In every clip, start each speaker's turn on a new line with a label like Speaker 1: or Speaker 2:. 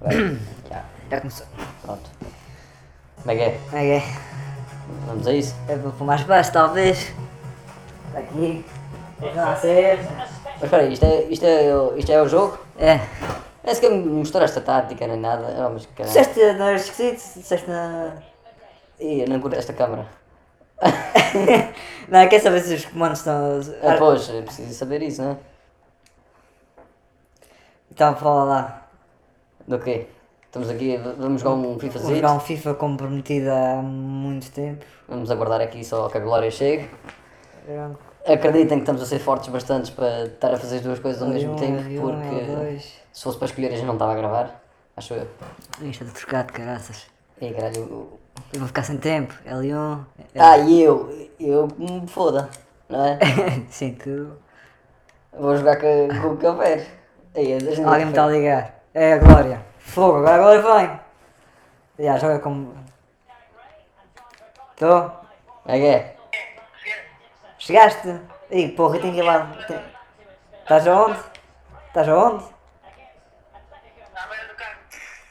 Speaker 1: Vai.
Speaker 2: Já, já começou.
Speaker 1: Pronto. Como é que é?
Speaker 2: Como é que
Speaker 1: Vamos a isso?
Speaker 2: é? Eu vou para mais baixo, talvez. Tá Aqui. Tá Não sei.
Speaker 1: Mas espera aí, isto é, isto, é, o- isto é o jogo?
Speaker 2: É.
Speaker 1: Parece que me mostraste a tática nem nada. Oh, mas caralho.
Speaker 2: Disseste não era esquisito, disseste na.
Speaker 1: Ih, eu não curto esta câmara.
Speaker 2: não, quer saber se os comandos estão.
Speaker 1: Ah, pois, é preciso saber isso, não é?
Speaker 2: Então fala lá.
Speaker 1: Do quê? Estamos aqui, v- vamos jogar um FIFA
Speaker 2: Vou jogar um FIFA como prometido há muito tempo.
Speaker 1: Vamos aguardar aqui só que a glória chegue.
Speaker 2: Era
Speaker 1: Acreditem que estamos a ser fortes bastantes para estar a fazer as duas coisas ao mesmo
Speaker 2: um
Speaker 1: tempo,
Speaker 2: R1,
Speaker 1: porque
Speaker 2: L2.
Speaker 1: se fosse para escolher a gente não estava a gravar, acho eu.
Speaker 2: Isto é de trocado, caraças.
Speaker 1: E caralho, eu-
Speaker 2: Eu vou ficar sem tempo. L1.
Speaker 1: Ah, e eu? Eu que me foda, não é?
Speaker 2: Sim, tu.
Speaker 1: Vou jogar com, com o que houver. Aí, é a gente-
Speaker 2: Alguém me está a ligar. É a Glória. Fogo, agora a Glória vem. Já, joga como. Tô.
Speaker 1: É que é?
Speaker 2: Chegaste? Ih, porra, eu tenho que ir lá. Tem- Estás aonde? Estás aonde?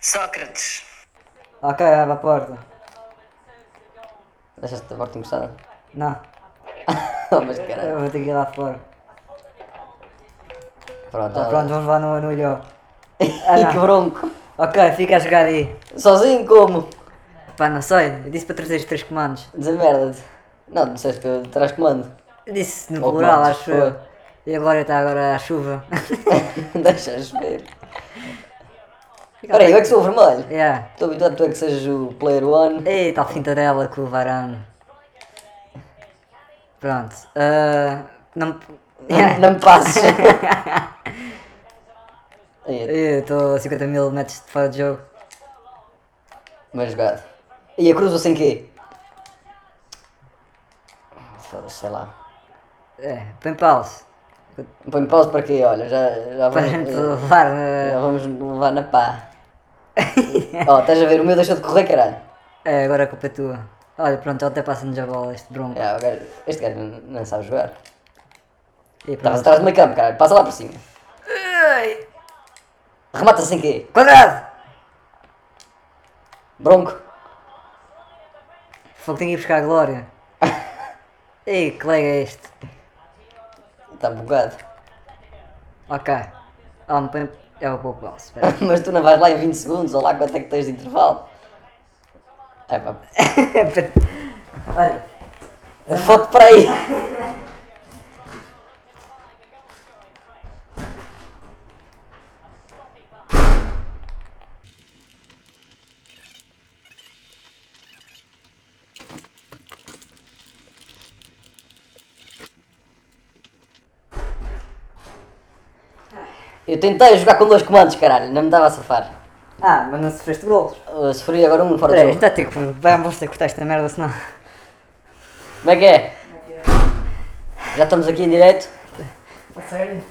Speaker 3: Sócrates,
Speaker 2: Ok, abre a porta.
Speaker 1: Deixaste a porta encostada?
Speaker 2: Não,
Speaker 1: Oh, mas caralho.
Speaker 2: eu vou ter que ir lá fora.
Speaker 1: Pronto,
Speaker 2: Tá, pronto, vamos lá no anulho. Ah,
Speaker 1: E que
Speaker 2: não.
Speaker 1: bronco.
Speaker 2: Ok, fica a jogar aí.
Speaker 1: Sozinho como?
Speaker 2: Pá, não sei, eu disse para trazer os três comandos.
Speaker 1: Demerda-te. Não, disseste que eu traz comando.
Speaker 2: Eu disse
Speaker 1: Ou
Speaker 2: no plural,
Speaker 1: comandos,
Speaker 2: acho eu. E agora está agora a chuva.
Speaker 1: Deixa chover. Peraí, eu é que sou o vermelho.
Speaker 2: yeah.
Speaker 1: Estou habituado tu é que sejas o player one.
Speaker 2: Ei, tal fintadela com o varano. Pronto. ah, não.
Speaker 1: Não- Não me passes. Aí,
Speaker 2: Eu estou a 50 mil metros de fora de jogo.
Speaker 1: bem jogado. E a cruz sem quê? Foda-se, sei lá.
Speaker 2: É, põe paus.
Speaker 1: Põe pausa para quê? Olha, já, já
Speaker 2: Para a
Speaker 1: vamos.
Speaker 2: gente levar. ah,
Speaker 1: Já vamos levar na pá. Ó, estás a ver? O meu deixou de correr, caralho.
Speaker 2: É, agora a culpa é tua. Olha, pronto, já até passa-nos a bola este bronco.
Speaker 1: É, o gajo- este gajo não não sabe jogar.
Speaker 2: E
Speaker 1: Estavas
Speaker 2: pronto.
Speaker 1: atrás do meio campo, caralho. Passa lá por cima.
Speaker 2: Ei,
Speaker 1: Remata sem quê?
Speaker 2: Quadrado!
Speaker 1: Bronco.
Speaker 2: Fogo tem que ir buscar a glória. Ei, que lega é este?
Speaker 1: Está Tá bugado.
Speaker 2: Ok. Ah, me põe. Eu vou pôr paus, espera.
Speaker 1: Mas tu não vais lá em 20 segundos, ou lá quanto é que tens de intervalo. É pá,
Speaker 2: Olha,
Speaker 1: foco para aí. Eu tentei jogar com dois comandos, caralho, não me dava a safar.
Speaker 2: Ah, mas não sofreste golos.
Speaker 1: Eu sofri agora um fora
Speaker 2: Peraí,
Speaker 1: do jogo.
Speaker 2: está a ter que. Vamos ter que cortar esta merda, senão.
Speaker 1: Como é que é? Já estamos aqui em direto?
Speaker 2: Sério?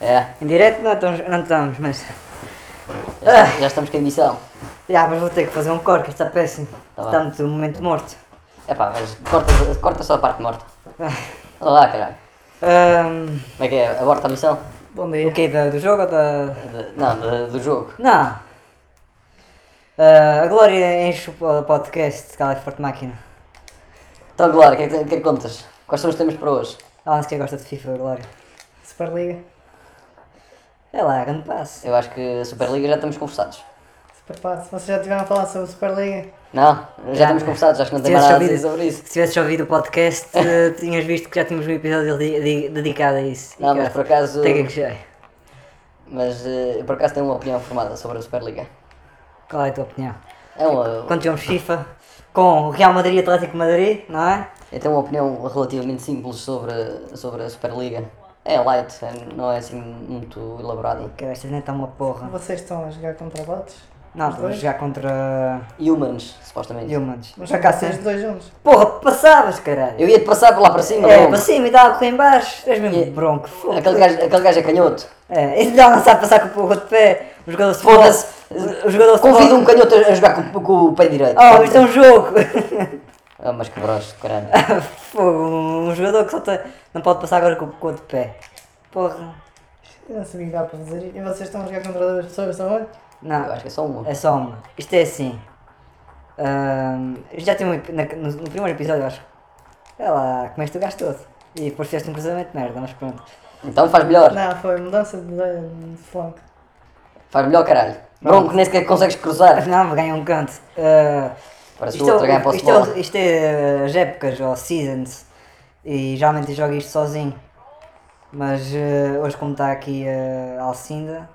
Speaker 1: É,
Speaker 2: Em direto não estamos, não estamos mas.
Speaker 1: já,
Speaker 2: Ah.
Speaker 1: já estamos com a emissão.
Speaker 2: Já, mas vou ter que fazer um corte, está péssimo.
Speaker 1: Tá bem.
Speaker 2: Estamos no momento morto.
Speaker 1: É pá, mas corta, corta só a parte morta. Olha lá, caralho.
Speaker 2: Ahm,
Speaker 1: Como é que é? Aborta a missão?
Speaker 2: Bom dia. O quê? Da, do jogo ou da.
Speaker 1: De- não, de- do jogo.
Speaker 2: Não! Ah, a Glória enche o po- podcast, que ela é forte máquina.
Speaker 1: Então, Glória, o que, é que- o que é que contas? Quais são os temas para hoje?
Speaker 2: Ela não sequer gosta de FIFA, a Glória.
Speaker 3: Superliga,
Speaker 2: É lá, grande passo.
Speaker 1: Eu acho que a Superliga já estamos conversados.
Speaker 3: Superpasso. Vocês já tiveram a falar sobre Superliga?
Speaker 1: Não? Já estamos conversados, acho que não tem mais nada a dizer sobre isso.
Speaker 2: se tivesses ouvido o podcast, eh, tinhas visto que já tínhamos um episódio de- de- dedicado a isso.
Speaker 1: Não, mas por acaso-
Speaker 2: Tem que já. é.
Speaker 1: Mas eh, eu por acaso tenho uma opinião formada sobre a Superliga.
Speaker 2: Qual é a tua opinião?
Speaker 1: É uma,
Speaker 2: Quando tivemos FIFA com o Real Madrid e Atlético de Madrid, não é?
Speaker 1: Eu tenho uma opinião relativamente simples sobre, sobre a Superliga. É light, é- não é assim muito elaborada.
Speaker 2: Que esta gente é uma porra.
Speaker 3: Ah, Vocês estão a jogar contra bots?
Speaker 2: Não, vamos jogar contra
Speaker 1: Humans, supostamente.
Speaker 2: humans.
Speaker 3: Mas
Speaker 2: Por
Speaker 3: jogar
Speaker 2: acaso
Speaker 3: vocês
Speaker 2: tens-
Speaker 3: dois juntos.
Speaker 2: Porra, passavas, caralho.
Speaker 1: Eu ia-te passar lá para cima,
Speaker 2: É,
Speaker 1: bom.
Speaker 2: para cima e dá a correr em baixo. És mesmo bronco. fogo.
Speaker 1: Aquele, gajo, aquele gajo é canhoto.
Speaker 2: É, e não, não sabe passar com o porra de pé. O jogador de
Speaker 1: Foda-se.
Speaker 2: futebol- O jogador de
Speaker 1: Convido
Speaker 2: futebol-
Speaker 1: um canhoto a jogar com, com o pé direito.
Speaker 2: Oh, isto é um jogo.
Speaker 1: Ah, mas que broche, caralho.
Speaker 2: Fogo, um jogador que só tem... Não pode passar agora com o porra de pé. Porra.
Speaker 3: Eu não sabia que dá para fazer isso. E vocês estão a jogar contra duas pessoas, são oito?
Speaker 2: Não,
Speaker 1: Eu acho que é só uma.
Speaker 2: é só uma. Isto é assim. Ahm, eu já tinha um ep- na- no, no primeiro episódio, eu acho. É lá, comeste o gajo todo. E depois fizeste um cruzamento de merda, mas pronto.
Speaker 1: Então faz melhor.
Speaker 3: Não, foi mudança de, de flanco.
Speaker 1: Faz melhor, caralho. Bronco, nem sequer consegues cruzar.
Speaker 2: Não, ganha um canto. Ah,
Speaker 1: Parece
Speaker 2: isto, é,
Speaker 1: outro a ganhar
Speaker 2: o-
Speaker 1: posse de
Speaker 2: isto, é, o-
Speaker 1: bola.
Speaker 2: isto é as épocas, ou seasons. E geralmente eu jogo isto sozinho. Mas ah, hoje, como está aqui a Alcinda,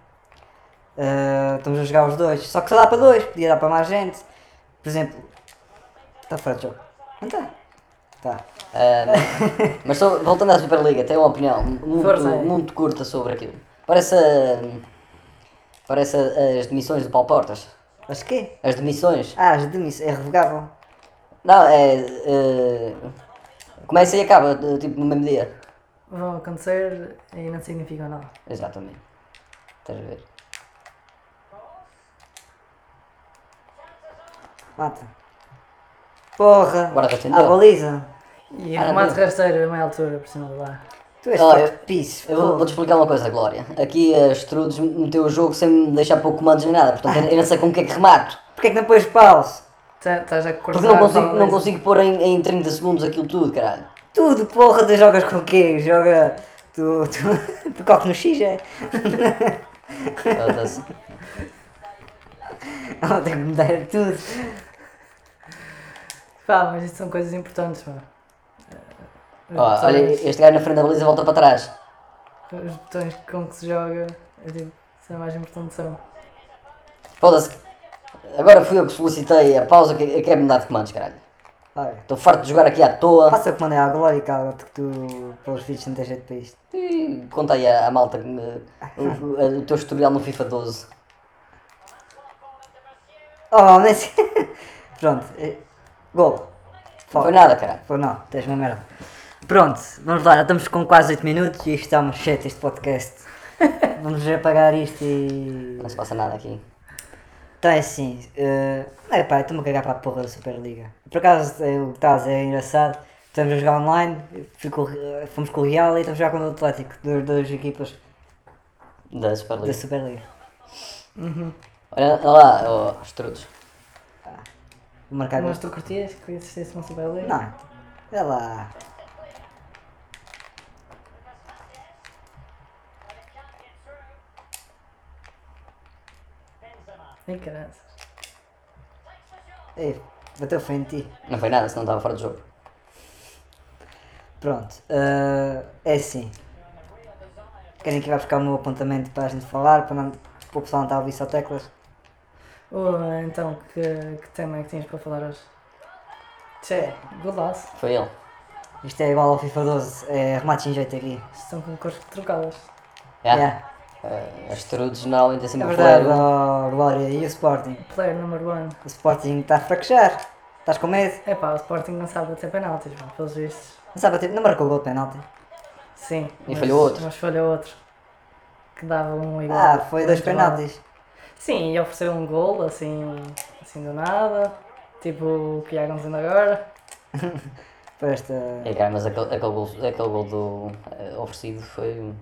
Speaker 2: ah, estamos a jogar os dois. Só que só dá para dois, podia dar para mais gente. Por exemplo, está fora de jogo. Não está? Está.
Speaker 1: Ah, mas sobre- voltando à Superliga, tenho uma opinião muito,
Speaker 3: Força aí.
Speaker 1: muito curta sobre aquilo. Parece, ah, parece ah, as demissões do Paulo Portas.
Speaker 2: Mas quê?
Speaker 1: As demissões.
Speaker 2: Ah, as demissões, é revogável.
Speaker 1: Não, é. ah, começa e acaba, de- tipo, no mesmo dia.
Speaker 3: Vão acontecer e não significam nada.
Speaker 1: Exatamente. Estás a ver?
Speaker 2: Mata. Porra!
Speaker 1: Bora defender.
Speaker 2: A baliza!
Speaker 3: E
Speaker 1: Ah,
Speaker 3: remate
Speaker 1: não.
Speaker 3: rasteiro a meia altura por cima do bar.
Speaker 2: Tu és
Speaker 1: Ah,
Speaker 2: forte
Speaker 1: eu-
Speaker 2: de piso.
Speaker 1: Eu vou- vou-te explicar uma coisa, Glória. Aqui a Strudes meteu o jogo sem me deixar pouco comandos nem nada, portanto eu eu não sei com o que é que remato.
Speaker 2: Porquê é que não pões paus?
Speaker 3: Tá- Estás a cortar.
Speaker 1: Porque não consigo,
Speaker 3: para
Speaker 1: não
Speaker 3: a baliza.
Speaker 1: consigo pôr em, em 30 segundos aquilo tudo, caralho.
Speaker 2: Tudo, porra, tu jogas com o quê? Joga. Tu. Tu, tu coques no X, é?
Speaker 1: Foda-se.
Speaker 2: Não, tenho que mudar tudo.
Speaker 3: Pá, mas isto são coisas importantes, Eh, mano.
Speaker 1: Ó, Ah, olha, este gajo na frente da baliza volta para trás.
Speaker 3: Os botões com que se joga é tipo, são mais importantes. São.
Speaker 1: Foda-se. Agora fui eu que solicitei a pausa que eu quero mudar de comandos, caralho.
Speaker 2: Olha.
Speaker 1: Estou farto de jogar aqui à toa.
Speaker 2: Passa o comando à glória, cara, que tu, pelos vídeos, não tens jeito para isto.
Speaker 1: E conta aí à, à malta que me- o, o teu tutorial no FIFA 12.
Speaker 2: Oh, nem sei. Pronto. eh, Gol.
Speaker 1: Não
Speaker 2: Fora.
Speaker 1: foi nada, caralho.
Speaker 2: Pô, não, tens uma merda. Pronto, vamos lá, já estamos com quase 8 minutos e estamos chato este podcast. vamos apagar isto e.
Speaker 1: Não se passa nada aqui.
Speaker 2: Então é assim, eh, é pá, estou-me a cagar para a porra da Superliga. Por acaso, é, o que estás é engraçado, estamos a jogar online, fui com o Re- eh, fomos com o Real e estamos a jogar contra o Atlético, duas, duas equipas
Speaker 1: Da
Speaker 2: da
Speaker 1: Superliga.
Speaker 2: Superliga.
Speaker 1: Olha, olha lá, oh, estrudos.
Speaker 2: Vou
Speaker 1: Tá
Speaker 2: marcar
Speaker 3: Mas
Speaker 2: gosto.
Speaker 3: tu curtias que existisse uma Superliga?
Speaker 2: Não, é lá.
Speaker 3: Nem criança.
Speaker 2: Ei, bateu frente em ti.
Speaker 1: Não foi nada, senão estava fora do jogo.
Speaker 2: Pronto, eh, é assim. Querem que eu vá buscar o meu apontamento para a gente falar, para, não, para o pessoal não estar a ouvir só teclas?
Speaker 3: Oh, então, que, que tema é que tens para falar hoje? Tchê, golaço.
Speaker 1: Foi ele.
Speaker 2: Isto é igual ao FIFA 12, é remates em jeito aqui.
Speaker 3: Estão com cores trocadas.
Speaker 1: Yeah.
Speaker 2: Yeah,
Speaker 1: Eh, as trudes não, ainda
Speaker 2: É
Speaker 1: sempre
Speaker 2: verdade,
Speaker 1: falaram.
Speaker 2: ó, Glória, e o Sporting?
Speaker 3: Player number one.
Speaker 2: O Sporting está a fraquejar. Estás com medo?
Speaker 3: Epá, o Sporting não sabe bater penaltis, mano, pelos vistos.
Speaker 2: Não sabe bater. Não marcou o gol de penalti.
Speaker 3: Sim.
Speaker 1: E falhou outro.
Speaker 3: Mas falhou outro. Que dava um igual.
Speaker 2: Ah, foi dois
Speaker 3: Muito mal.
Speaker 2: penaltis.
Speaker 3: Sim, e ofereceu um gol, assim, assim do nada. Tipo o que ia acontecendo agora.
Speaker 2: Para esta.
Speaker 1: É, cara, mas aquele, aquele, gol, aquele gol do eh, oferecido foi. um-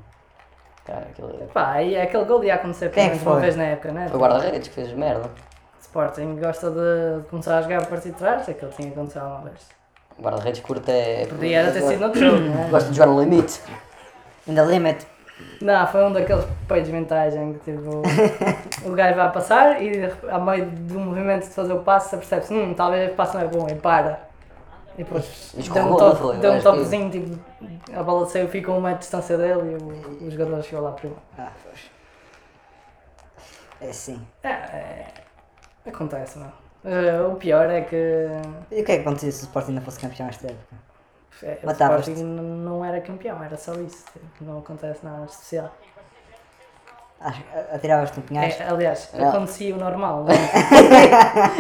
Speaker 1: Cara, aquele,
Speaker 3: Pá, e é aquele gol ia acontecer pelo
Speaker 2: Quem é que
Speaker 3: menos uma
Speaker 2: foi?
Speaker 3: vez na época, né?
Speaker 1: foi o guarda-redes que fez merda.
Speaker 3: Sporting gosta de, de começar a jogar a partir de trás, é que ele tinha acontecido uma vez.
Speaker 1: O guarda-redes curto é.
Speaker 3: Podia era ter sido outro jogo, né?
Speaker 1: Gosta de jogar no limite.
Speaker 2: Ainda limite.
Speaker 3: Não, foi um daqueles peitos mentais em que tipo, o gajo vai passar e a meio do movimento de fazer o passo apercebe-se, hum, talvez o passo não é bom, e para. E depois deu um,
Speaker 1: Escorregou, não foi?
Speaker 3: toque, deu um
Speaker 1: Acho que- é.
Speaker 3: toquezinho, tipo, a bola saiu, fica a uma distância dele e o, o jogador chegou lá primeiro.
Speaker 2: Ah, pois. É sim.
Speaker 3: É, é, acontece, não. Eh, O pior é que
Speaker 2: E o que é que acontecia se o Sporting não fosse campeão esta época?
Speaker 3: é, o
Speaker 2: Matavas-te.
Speaker 3: Sporting n- não era campeão, era só isso. tipo, Não acontece nada especial.
Speaker 2: Acho que Atiravas-te um
Speaker 3: É,
Speaker 2: punhasco.
Speaker 3: aliás,
Speaker 1: Não.
Speaker 3: acontecia o normal.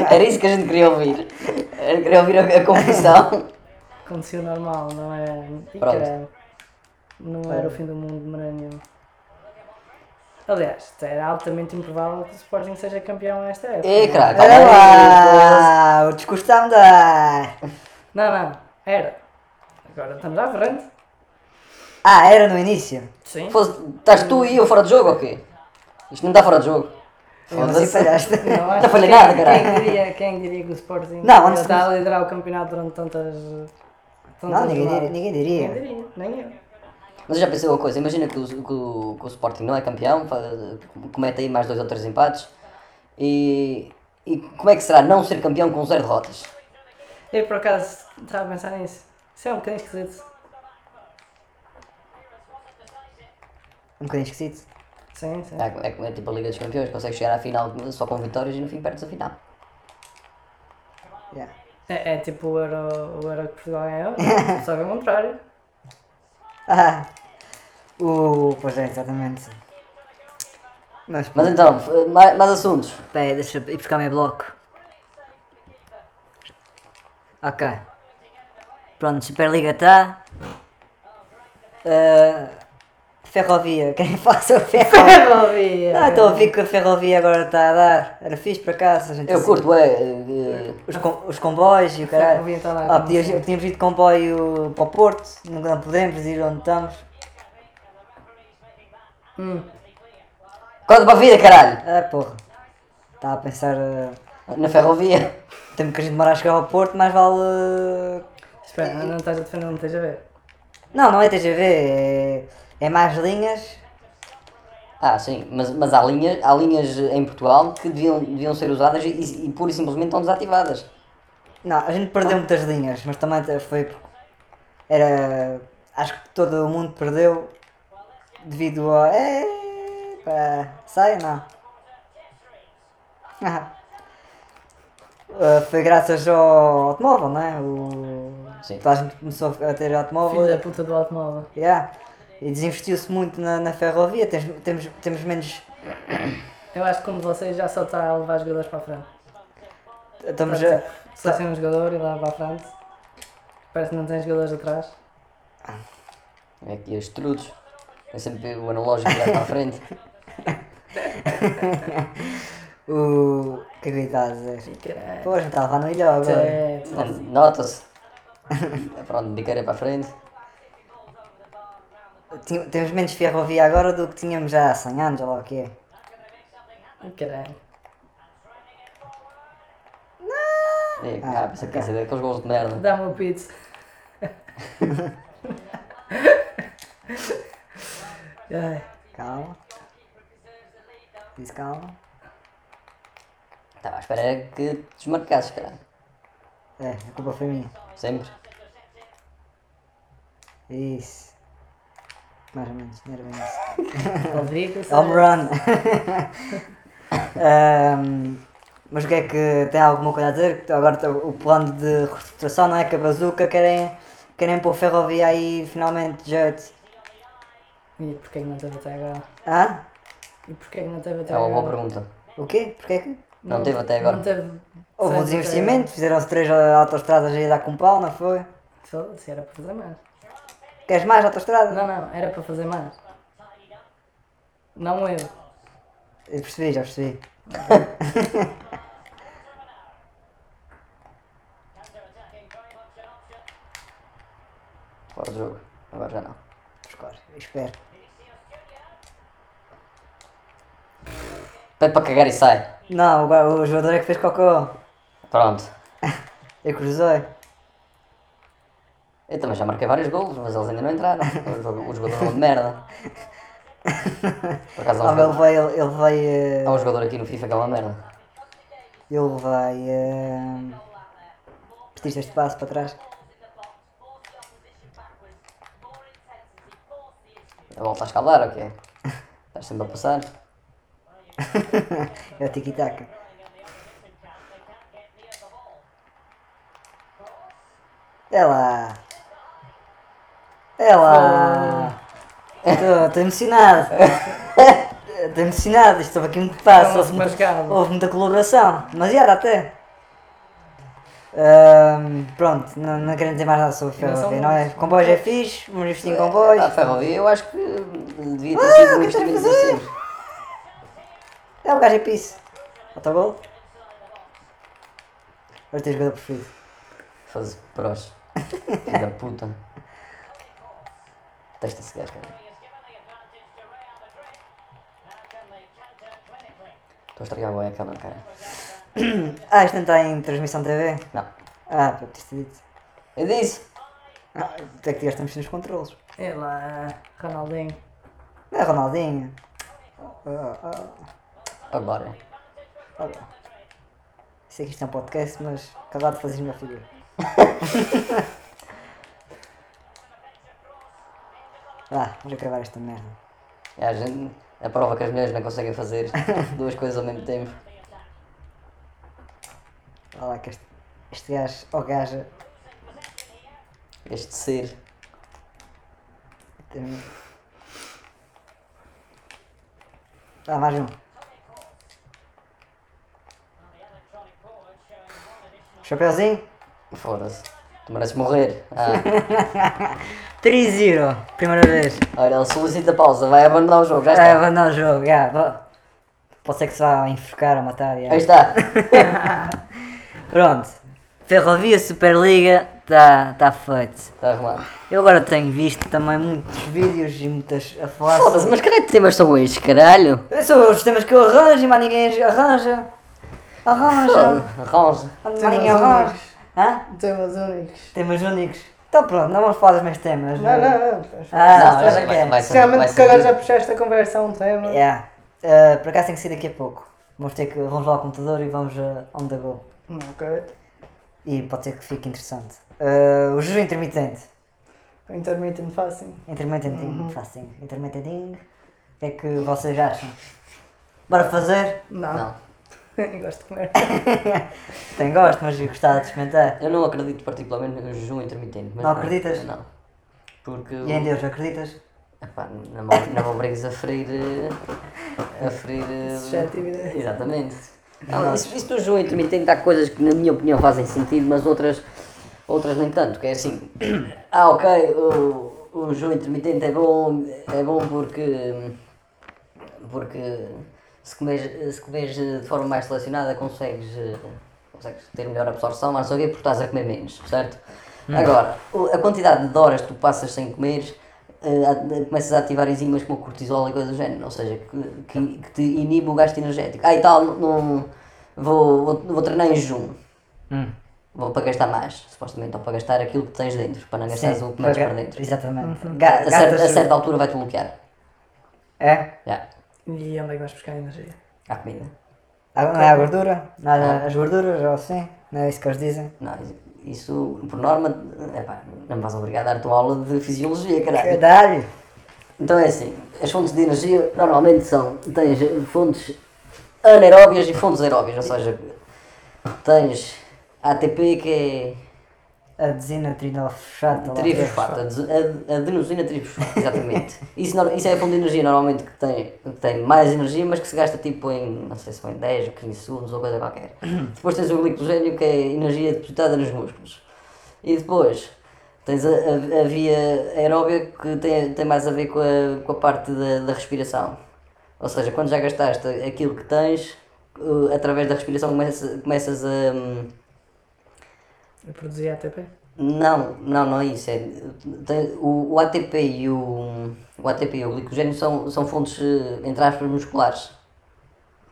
Speaker 3: é?
Speaker 1: Era isso que a gente queria ouvir. Era, queria ouvir a, a confusão.
Speaker 3: Aconteceu normal, não é? E
Speaker 1: Pronto.
Speaker 3: caralho, não era o
Speaker 2: É.
Speaker 3: fim do mundo de maneira nenhuma. Aliás, era altamente improvável que o Sporting seja campeão nesta época.
Speaker 1: É, craque.
Speaker 2: Olha lá! Ah, O discurso está a mudar!
Speaker 3: Não, não, era. Agora estamos à frente.
Speaker 2: Ah, era no início?
Speaker 3: Sim.
Speaker 1: Fosse- Estás tu e eu fora de jogo ou quê? Isto não está fora de jogo.
Speaker 2: Mas aí
Speaker 1: Foda-se.
Speaker 2: falhaste.
Speaker 3: Não, acho
Speaker 2: Tá
Speaker 1: Não falei
Speaker 3: que quem-
Speaker 1: nada, caralho.
Speaker 3: Quem diria, quem diria que o Sporting
Speaker 2: Não, antes
Speaker 3: está
Speaker 2: de-
Speaker 3: a liderar o campeonato durante tantas. tantas
Speaker 2: Não, ninguém diria.
Speaker 3: rodadas?
Speaker 2: Ninguém diria.
Speaker 3: Ninguém diria, nem eu.
Speaker 1: Mas eu já pensei uma coisa, imagina que o, que o- que o Sporting não é campeão, fa- comete aí mais dois ou três empates, e, e como é que será não ser campeão com zero derrotas?
Speaker 3: Eu por acaso estava a pensar nisso. Isso é um bocadinho esquisito.
Speaker 2: Um bocadinho esquisito.
Speaker 3: Sim, sim.
Speaker 1: É, como- é, como é tipo a Liga dos Campeões, consegue chegar à final só com vitórias e no fim perdes a final.
Speaker 2: Yeah.
Speaker 3: É, é tipo o euro, o euro que Portugal ganhou, só que ao contrário.
Speaker 2: Ah, o. Pois é, exatamente. Mas,
Speaker 1: Mas então, f- mais, mais assuntos.
Speaker 2: Pera, deixa eu ir buscar meu bloco. Ok. Pronto, Superliga tá. está. ferrovia, quem faça o é ferrovia?
Speaker 3: Ferrovia!
Speaker 2: Ah, estou a ouvir que a ferrovia agora está a dar. Era fixe para casa, a gente.
Speaker 1: Eu
Speaker 2: assim,
Speaker 1: curto, é. eh,
Speaker 2: Os, com- os comboios e o caralho.
Speaker 3: Ferrovia
Speaker 1: tá
Speaker 3: está a dar,
Speaker 2: Ah,
Speaker 3: não
Speaker 2: podias-
Speaker 3: sei.
Speaker 2: podíamos ir de comboio para o Porto, nunca não podemos ir onde estamos.
Speaker 3: Hum.
Speaker 1: Acorda para a vida, caralho!
Speaker 2: Ah, porra. Estava a pensar. ah,
Speaker 1: Na ferrovia.
Speaker 2: Tempo que a gente demora a chegar ao Porto, mais vale.
Speaker 3: Espera, não- não estás a defender, não estás a ver.
Speaker 2: Não, não é TGV, é, é mais linhas.
Speaker 1: Ah, sim, mas, mas há, linhas, há linhas em Portugal que deviam, deviam ser usadas e, e pura e simplesmente estão desativadas.
Speaker 2: Não, a gente perdeu muitas linhas, mas também te- foi porque era. Acho que todo o mundo perdeu devido a. É, pá, sai não. Ah. Ah, foi graças ao automóvel, não é? O...
Speaker 1: Sim.
Speaker 2: Toda a gente começou a ter automóvel.
Speaker 3: Filho da puta do automóvel.
Speaker 2: Yeah. E desinvestiu-se muito na, na ferrovia, tens, temos, temos menos.
Speaker 3: Eu acho que um de vocês já só está a levar os jogadores para a frente.
Speaker 2: Estamos a.
Speaker 3: Só sem um jogador e leva para a frente. Parece que não tem jogadores atrás.
Speaker 1: É aqui os trudos. É sempre o analógico lá para a frente.
Speaker 2: O. que é que eu estava a dizer?
Speaker 3: Caralho.
Speaker 2: Pois, não estava no ilhão agora.
Speaker 3: É, tu-
Speaker 1: Nota-se. Pronto, biqueira É para a frente.
Speaker 2: Tinha- Temos menos ferrovia agora do que tínhamos já há 100 anos, ou lá o que é.
Speaker 3: Caralho.
Speaker 1: É,
Speaker 2: Ah,
Speaker 1: ah, pensei que ia ser daqueles gols de merda.
Speaker 3: Dá-me o pizza. Ai,
Speaker 2: Calma. Disse calma.
Speaker 1: Estava Tá, à espera é que desmarcasses, caralho.
Speaker 2: É, a culpa foi minha.
Speaker 1: Sempre.
Speaker 2: Isso. Mais ou menos, não era bem isso.
Speaker 3: Rodrigo,
Speaker 2: Home
Speaker 3: sabe?
Speaker 2: run! Ahm, mas o que é que tem alguma coisa a dizer? Que Agora tá- o plano de reestruturação não é que a bazuca querem, querem pôr ferrovia aí finalmente de jeito.
Speaker 3: E porquê que não teve até agora?
Speaker 2: Hã?
Speaker 3: E porquê que não teve até
Speaker 1: É uma boa
Speaker 3: agora?
Speaker 1: pergunta.
Speaker 2: O quê? Porquê que?
Speaker 1: Não teve até agora.
Speaker 3: Não teve.
Speaker 2: Houve um
Speaker 3: Sabe,
Speaker 2: desinvestimento, fizeram-se três ah, autostradas aí dar com pau, não foi?
Speaker 3: até- Foda-se, era para fazer mais.
Speaker 2: Queres mais autostrada?
Speaker 3: Não, não, era para fazer mais. Não eu.
Speaker 2: Eu percebi, já percebi.
Speaker 1: Fora do jogo. Agora já não.
Speaker 2: Escolhe, espero.
Speaker 1: Pede para cagar e sai.
Speaker 2: Não, o, gua- o jogador é que fez cocô.
Speaker 1: Pronto.
Speaker 2: Eu cruzei.
Speaker 1: Eu também já marquei vários golos, mas eles ainda não entraram. O jogo- o jogador é uma merda. Por acaso há
Speaker 2: Ah,
Speaker 1: um,
Speaker 2: mas ele
Speaker 1: jogador,
Speaker 2: vai. Ele, ele vai. eh,
Speaker 1: há um jogador aqui no FIFA que é uma merda.
Speaker 2: Ele vai. Uh... Partiste este passo para trás.
Speaker 1: A volta a escalar, ou quê? Estás sempre a passar.
Speaker 2: É o tiki-taka. É lá. É lá. Estou emocionado. Estou emocionado. Isto houve aqui muito
Speaker 1: Ah,
Speaker 2: passo.
Speaker 3: Não,
Speaker 2: Houve
Speaker 3: mas é?
Speaker 2: muita,
Speaker 3: calma.
Speaker 2: houve muita colaboração. Demasiado até. Ahm, pronto, não, não queremos dizer mais nada sobre o
Speaker 3: Não
Speaker 2: ferrovia,
Speaker 3: são-
Speaker 2: não é? Comboios é fixe, vamos investir em comboios.
Speaker 1: A ferrovia Ah, eu acho que devia ter sido um
Speaker 2: que
Speaker 1: investimento
Speaker 2: Ah, quero fazer?
Speaker 1: massivo.
Speaker 2: É o gajo é piso. Autogol. Agora tens jogador preferido.
Speaker 1: Fazer prós. Filho da puta. Testa esse gajo, cara. Estou a estragar bem a câmera, cara.
Speaker 2: Ah, isto não está em transmissão TV?
Speaker 1: Não.
Speaker 2: Ah, pô, tens dito.
Speaker 1: Eu disse.
Speaker 2: Ah, tu é que tiveste a mexer nos controles.
Speaker 3: É lá, Ronaldinho.
Speaker 2: Não é Ronaldinho? Ah, ah,
Speaker 1: Agora.
Speaker 2: olha. Sei que isto é um podcast, mas acabado de fazer minha figura. Vá, vamos acabar esta merda.
Speaker 1: É, a gente. A prova que as mulheres não conseguem fazer duas coisas ao mesmo tempo.
Speaker 2: Olha lá que este, este gajo, ou gaja,
Speaker 1: Este ser.
Speaker 2: tem... Ah, mais um. Chapeuzinho?
Speaker 1: Foda-se. Tu mereces morrer. Ah.
Speaker 2: 3-0, primeira vez.
Speaker 1: Olha, ele solicita pausa, vai abandonar o jogo, já
Speaker 2: É,
Speaker 1: está.
Speaker 2: abandonar o jogo, já. vá. Pode ser que se vá enforcar ou matar, já.
Speaker 1: Aí está.
Speaker 2: Pronto. Ferrovia Superliga, está tá feito.
Speaker 1: Está arrumado.
Speaker 2: Eu agora tenho visto também muitos vídeos e muitas a falar sobre-
Speaker 1: Foda-se, mas caralho, que temas são estes, caralho?
Speaker 2: São os temas que eu arranjo, mas ninguém arranja. Arranja.
Speaker 1: Foda-se, Arranja.
Speaker 2: Mas
Speaker 3: Temas
Speaker 2: ninguém arranja.
Speaker 3: únicos.
Speaker 2: Hã?
Speaker 3: Temas únicos.
Speaker 2: Temas únicos. Então pronto, não é? vamos falar dos meus temas.
Speaker 3: Não, não, não.
Speaker 2: Ah,
Speaker 1: Não,
Speaker 2: não,
Speaker 1: vai- vai- vai-
Speaker 3: Especialmente porque
Speaker 1: vai- É.
Speaker 3: agora já puxaste a conversa a um tema.
Speaker 2: Yeah. Uh, por acaso tem que ser daqui a pouco. Vamos ter que. Vamos lá ao computador e vamos a on the go.
Speaker 3: Ok.
Speaker 2: E pode ser que fique interessante. Uh, o jejum intermitente.
Speaker 3: Intermittent fasting.
Speaker 2: Intermitentinho,
Speaker 3: Uhum.
Speaker 2: facinho. Intermitentinho. O que é que vocês acham? Bora fazer?
Speaker 3: Não.
Speaker 1: Não.
Speaker 3: Gosto de comer.
Speaker 2: Tem gosto, mas eu gostava de experimentar.
Speaker 1: Eu não acredito particularmente no jejum intermitente. Mas
Speaker 2: Não acreditas?
Speaker 1: Não. Porque.
Speaker 2: E em Deus, acreditas?
Speaker 1: Epá, não me não me obrigues a ferir. eh, A ferir. eh,
Speaker 3: Suscetibilidade.
Speaker 1: Exatamente. Não, isso, isso do jejum intermitente há coisas que, na minha opinião, fazem sentido, mas outras, outras nem tanto. Que é assim: ah, ok, o, o jejum intermitente é bom, é bom porque. hum, Porque se comes, se comes eh, de forma mais selecionada, consegues, eh, consegues ter melhor absorção, mas ok, porque estás a comer menos, certo?
Speaker 2: Hum.
Speaker 1: Agora, o- a quantidade de horas que tu passas sem comer eh, a- começas a ativar enzimas como o cortisol e coisas do género, ou seja, que, que, que te inibe o gasto energético. Ah, e tal, não, vou, vou, vou treinar em jejum,
Speaker 2: Hum.
Speaker 1: vou para gastar mais, supostamente, ou para gastar aquilo que tens dentro, para não gastares o que metes para dentro.
Speaker 2: Exatamente.
Speaker 3: Uhum.
Speaker 1: A,
Speaker 2: Ga-
Speaker 1: cer- a
Speaker 2: gastas-
Speaker 1: certa altura vai-te bloquear.
Speaker 2: É?
Speaker 1: Já,
Speaker 3: E onde é que vais buscar energia?
Speaker 1: à comida.
Speaker 2: Ah, Não é a gordura? Não é
Speaker 1: Ah.
Speaker 2: as gorduras ou assim? Não é isso que eles dizem?
Speaker 1: Não, isso, por norma, epá, não me vais obrigar a dar-te uma aula de fisiologia, caralho.
Speaker 2: Caralho!
Speaker 1: Então é assim, as fontes de energia normalmente são, tens fontes anaeróbias e fontes aeróbias, ou seja, tens ATP que
Speaker 2: A dezena trinofosfato.
Speaker 1: é
Speaker 2: lá.
Speaker 1: trifosfato, a- a adenosina trifosfato, exatamente. isso, nor- isso é a fonte de energia normalmente que tem, que tem mais energia, mas que se gasta tipo em, não sei se são em 10 ou 15 segundos ou coisa qualquer. Depois tens o glicogênio que é energia depositada nos músculos. E depois tens a, a- a via aeróbia que tem, tem mais a ver com a, com a parte da, da respiração. Ou seja, quando já gastaste aquilo que tens, eh, através da respiração começas, começas a. hum,
Speaker 3: Eu produzi ATP.
Speaker 1: não, não, não é isso. É, tem- o, o ATP e o, o ATP e o glicogênio são, são fontes, eh, entre aspas, musculares.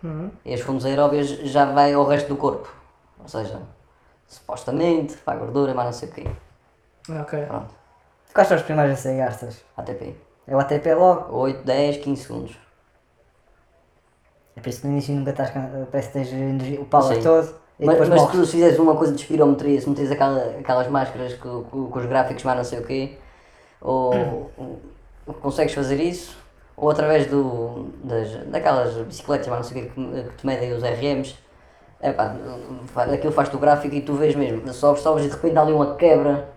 Speaker 3: Hum?
Speaker 1: E as fontes aeróbias já vai ao resto do corpo. Ou seja, supostamente, para a gordura, mas não sei o quê.
Speaker 3: Ok.
Speaker 1: Pronto,
Speaker 2: Quais são os primeiros a ser gastas?
Speaker 1: ATP.
Speaker 2: É o ATP logo.
Speaker 1: 8, 10, 15 segundos.
Speaker 2: É por isso que no início nunca estás. can- Parece que tens energia- o power
Speaker 1: Sim.
Speaker 2: todo e
Speaker 1: Mas,
Speaker 2: depois
Speaker 1: mas
Speaker 2: morres.
Speaker 1: tu se fizeres uma coisa de espirometria, se meteres aquela, aquelas máscaras com, com- com os gráficos mais não sei o quê, ou, ou consegues fazer isso, ou através do, das, daquelas bicicletas mais não sei o quê que, que te medem os RMs, epá, fa- aquilo faz-te o gráfico e tu vês mesmo, sobes, sobes e de repente há ali uma quebra,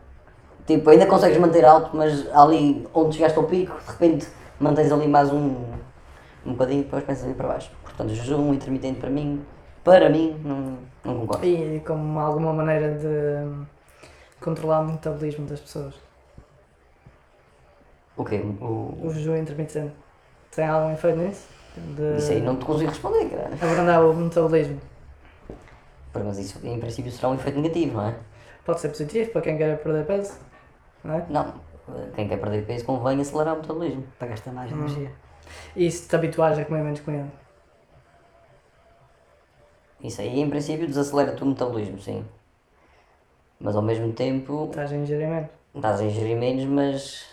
Speaker 1: tipo, ainda consegues manter alto, mas ali onde chegaste ao pico, de repente mantens ali mais um um bocadinho e depois pensas ali para baixo. Portanto, jejum intermitente para mim, para mim, não, não concordo.
Speaker 3: E como alguma maneira de hum, controlar o metabolismo das pessoas.
Speaker 1: O quê? O-
Speaker 3: O jejum intermitente tem algum efeito nisso?
Speaker 1: Isso aí
Speaker 3: De
Speaker 1: não te consigo responder, cara.
Speaker 3: abrandar o metabolismo.
Speaker 1: Pois, Mas isso em princípio será um efeito negativo, não é?
Speaker 3: Pode ser positivo para quem quer perder peso, não é?
Speaker 1: Não. Quem quer perder peso convém acelerar o metabolismo.
Speaker 3: Uhum.
Speaker 2: Para gastar mais energia.
Speaker 3: E se te habituares a comer menos comida.
Speaker 1: Isso aí, em princípio, desacelera-te o metabolismo, sim. Mas ao mesmo tempo,
Speaker 3: Estás a ingerir menos.
Speaker 1: estás a ingerir menos, mas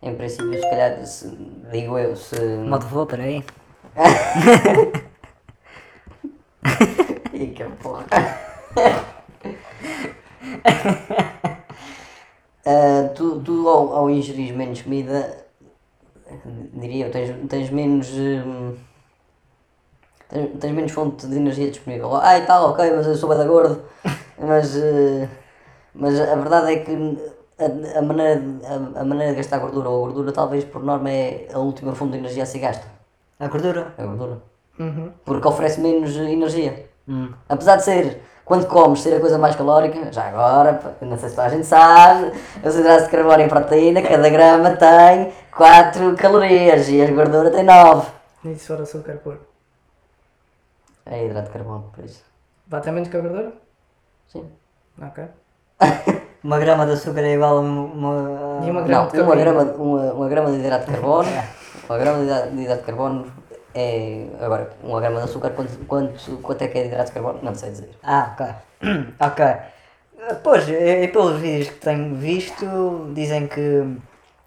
Speaker 1: em princípio, se calhar, se, digo eu, se.
Speaker 2: Moto volta aí.
Speaker 1: Ih, que porra. Ah, tu tu ao, ao ingerir menos comida, diria eu, tens, tens menos. hum, tens, tens menos fonte de energia disponível. Ah, e tal, ok, mas eu sou bué da gordo. Mas, eh, mas a verdade é que a, a maneira, de- a, a maneira de gastar gordura, ou a gordura talvez por norma é a última fonte de energia a ser gasta.
Speaker 2: A gordura?
Speaker 1: A gordura.
Speaker 3: Uhum.
Speaker 1: Porque oferece menos eh, energia.
Speaker 3: Hum.
Speaker 1: Apesar de ser, quando comes, ser a coisa mais calórica, já agora, pá, não sei se toda a gente sabe, os hidratos de carbono e proteína, cada grama tem 4 calorias e a gordura tem 9.
Speaker 3: E se for açúcar puro?
Speaker 1: É hidrato de carbono, por isso.
Speaker 3: Bate menos que a gordura?
Speaker 1: Sim.
Speaker 3: Ok.
Speaker 2: Uma grama de açúcar é igual a uma.
Speaker 3: E uma grama
Speaker 1: Não,
Speaker 3: de
Speaker 1: uma
Speaker 3: cafeína?
Speaker 1: grama, uma, uma grama de hidrato de carbono, uma grama de hidrato de, hidrato de carbono é, agora, uma grama de açúcar, quanto, quanto, quanto é que é de hidrato de carbono? Não sei dizer.
Speaker 2: Ah, ok. ok. Pois, eh, e pelos vídeos que tenho visto, dizem que.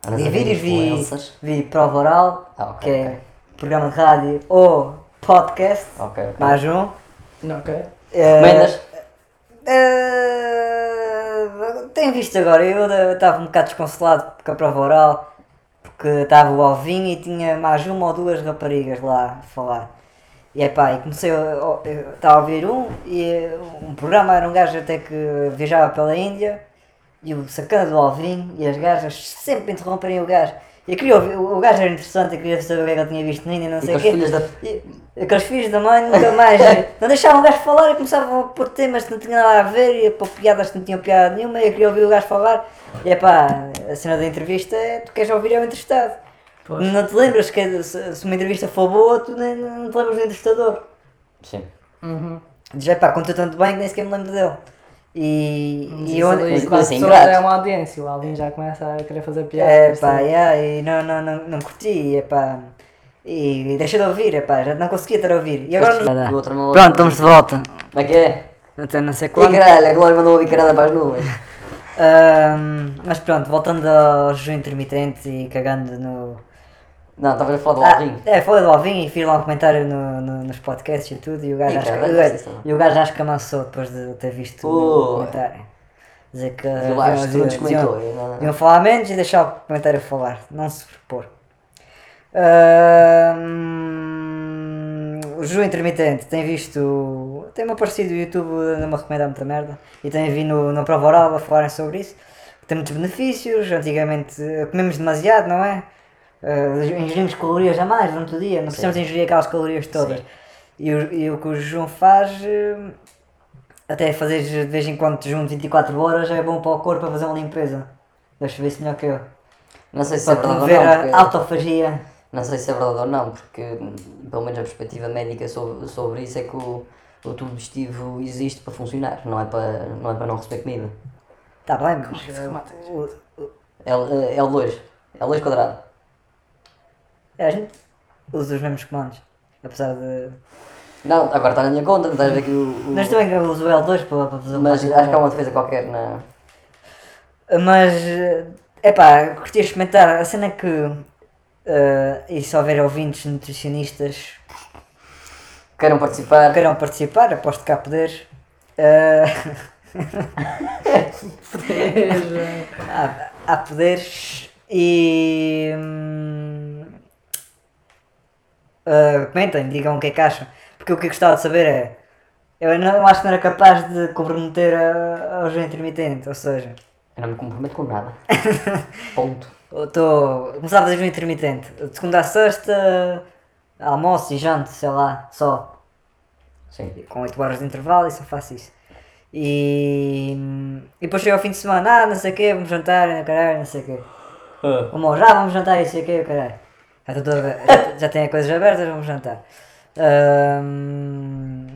Speaker 1: Andas a ver
Speaker 2: Vi vídeos, vi,
Speaker 1: é influencers?
Speaker 2: vi prova oral,
Speaker 1: Ah, ok,
Speaker 2: que é programa de rádio ou podcast,
Speaker 1: Ok, ok.
Speaker 2: mais um.
Speaker 3: Não, ok.
Speaker 2: Eh,
Speaker 1: Mendas?
Speaker 2: eh, tenho visto agora, eu estava um bocado desconsolado com a prova oral, porque estava o Alvinho e tinha mais uma ou duas raparigas lá a falar. E epá, e comecei a eu estava a ouvir um, e um programa era um gajo até que viajava pela Índia, e o sacana do Alvinho, e as gajas sempre interromperem o gajo. E eu queria ouvir, o o gajo era interessante, eu queria saber o que é que ele tinha visto na Índia, não sei o
Speaker 1: com as
Speaker 2: quê.
Speaker 1: filhas da-
Speaker 2: E- Aqueles filhos da mãe nunca mais. né? não deixavam o gajo falar e começavam a pôr temas que não tinham nada a ver e para piadas que não tinham piada nenhuma e eu queria ouvir o gajo falar. E é pá, a cena da entrevista é tu queres ouvir é o entrevistado.
Speaker 3: Pois.
Speaker 2: Não te lembras que se se uma entrevista for boa, tu nem, não te lembras do entrevistador.
Speaker 1: Sim.
Speaker 3: Uhum.
Speaker 2: Já pá, contou tanto bem que nem sequer me lembro dele. E,
Speaker 3: E
Speaker 2: e
Speaker 3: isso
Speaker 2: onde.
Speaker 3: ali,
Speaker 1: mas
Speaker 3: quase
Speaker 1: isso é
Speaker 3: toda é
Speaker 1: ingrato.
Speaker 3: uma audiência. O Alvin já começa a querer fazer
Speaker 2: É
Speaker 3: piadas.
Speaker 2: pá, yeah, e não, não, não, não curti, é pá. E deixei de ouvir, é pá, já não conseguia ter a ouvir. E agora.
Speaker 1: Nada. Do outro modo.
Speaker 2: Pronto, estamos de volta.
Speaker 1: Como é que é?
Speaker 2: Até não sei
Speaker 1: E caralho, é a Glória mandou uma bicarada para as nuvens.
Speaker 2: Ahm, mas pronto, voltando ao jejum intermitente e cagando no.
Speaker 1: Não, estava a falar do
Speaker 2: Ah,
Speaker 1: Alvin.
Speaker 2: é, falei do Alvin e fiz lá um comentário no- no- nos podcasts e tudo. E o gajo
Speaker 1: Ih,
Speaker 2: acho que-
Speaker 1: caralho,
Speaker 2: e o-
Speaker 1: sim, sim.
Speaker 2: e o gajo acho que amassou depois de ter visto
Speaker 1: Pô.
Speaker 2: o comentário. Dizer que. um
Speaker 1: Eu acho que tu não
Speaker 2: deviam-
Speaker 1: descomentou.
Speaker 2: deviam-
Speaker 1: eu não-
Speaker 2: Iam falar menos e deixar o comentário falar, não se propor. Ahm, o Ju Intermitente tem visto. Tem-me aparecido o YouTube, não me recomenda muita merda. E tem vindo no, na prova oral a falarem sobre isso. Tem muitos benefícios. Antigamente eh, comemos demasiado, não é? Eh, ingerimos calorias a mais durante o dia, não precisamos ingerir aquelas calorias todas. E o, e o que o jejum faz. eh, até fazeres de vez em quando jejum de 24 horas é bom para o corpo para fazer uma limpeza. Deixa eu ver se melhor que eu.
Speaker 1: Não sei se é
Speaker 2: Para
Speaker 1: verdade ou
Speaker 2: promover
Speaker 1: não.
Speaker 2: a
Speaker 1: Porque, é-
Speaker 2: autofagia.
Speaker 1: não sei se é verdade ou não, porque hum, pelo menos a perspectiva médica sobre, sobre isso é que o, o tubo digestivo existe para funcionar, não é para não, é para não receber comida.
Speaker 2: Está Tá bem, mas.
Speaker 3: se remata isto?
Speaker 2: o- o-
Speaker 1: É L2. L2 quadrado.
Speaker 2: é, a gente usa os mesmos comandos. Apesar de.
Speaker 1: Não, agora está na minha conta, estás a ver que o. o-
Speaker 2: Mas também eu uso o L2 para, para fazer um o
Speaker 1: mas
Speaker 2: comando.
Speaker 1: acho que há uma defesa qualquer na.
Speaker 2: Mas, é pá, curtia experimentar. A cena é que, eh, e se houver ouvintes nutricionistas
Speaker 1: Queiram
Speaker 2: que
Speaker 1: participar.
Speaker 2: queiram participar, aposto que há poderes. eh, há, há poderes e. hum, eh, comentem, digam o que é que acham. Porque o que eu gostava de saber é. Eu não eu acho que não era capaz de comprometer a- ao jejum intermitente, ou seja.
Speaker 1: Eu não me comprometo com nada. Ponto.
Speaker 2: Eu estou. Começava a fazer jejum intermitente. De segunda a sexta, almoço e janto, sei lá, só.
Speaker 1: Sim.
Speaker 2: Com 8 horas de intervalo e só faço isso. E, hum, e depois chega ao fim de semana, ah, não sei o quê, vamos jantar, e não caralho, não sei o quê. Vamos ao já, vamos jantar, e não sei o quê, é, caralho. Já, estou toda- já- já tenho coisas abertas, vamos jantar. Ahm,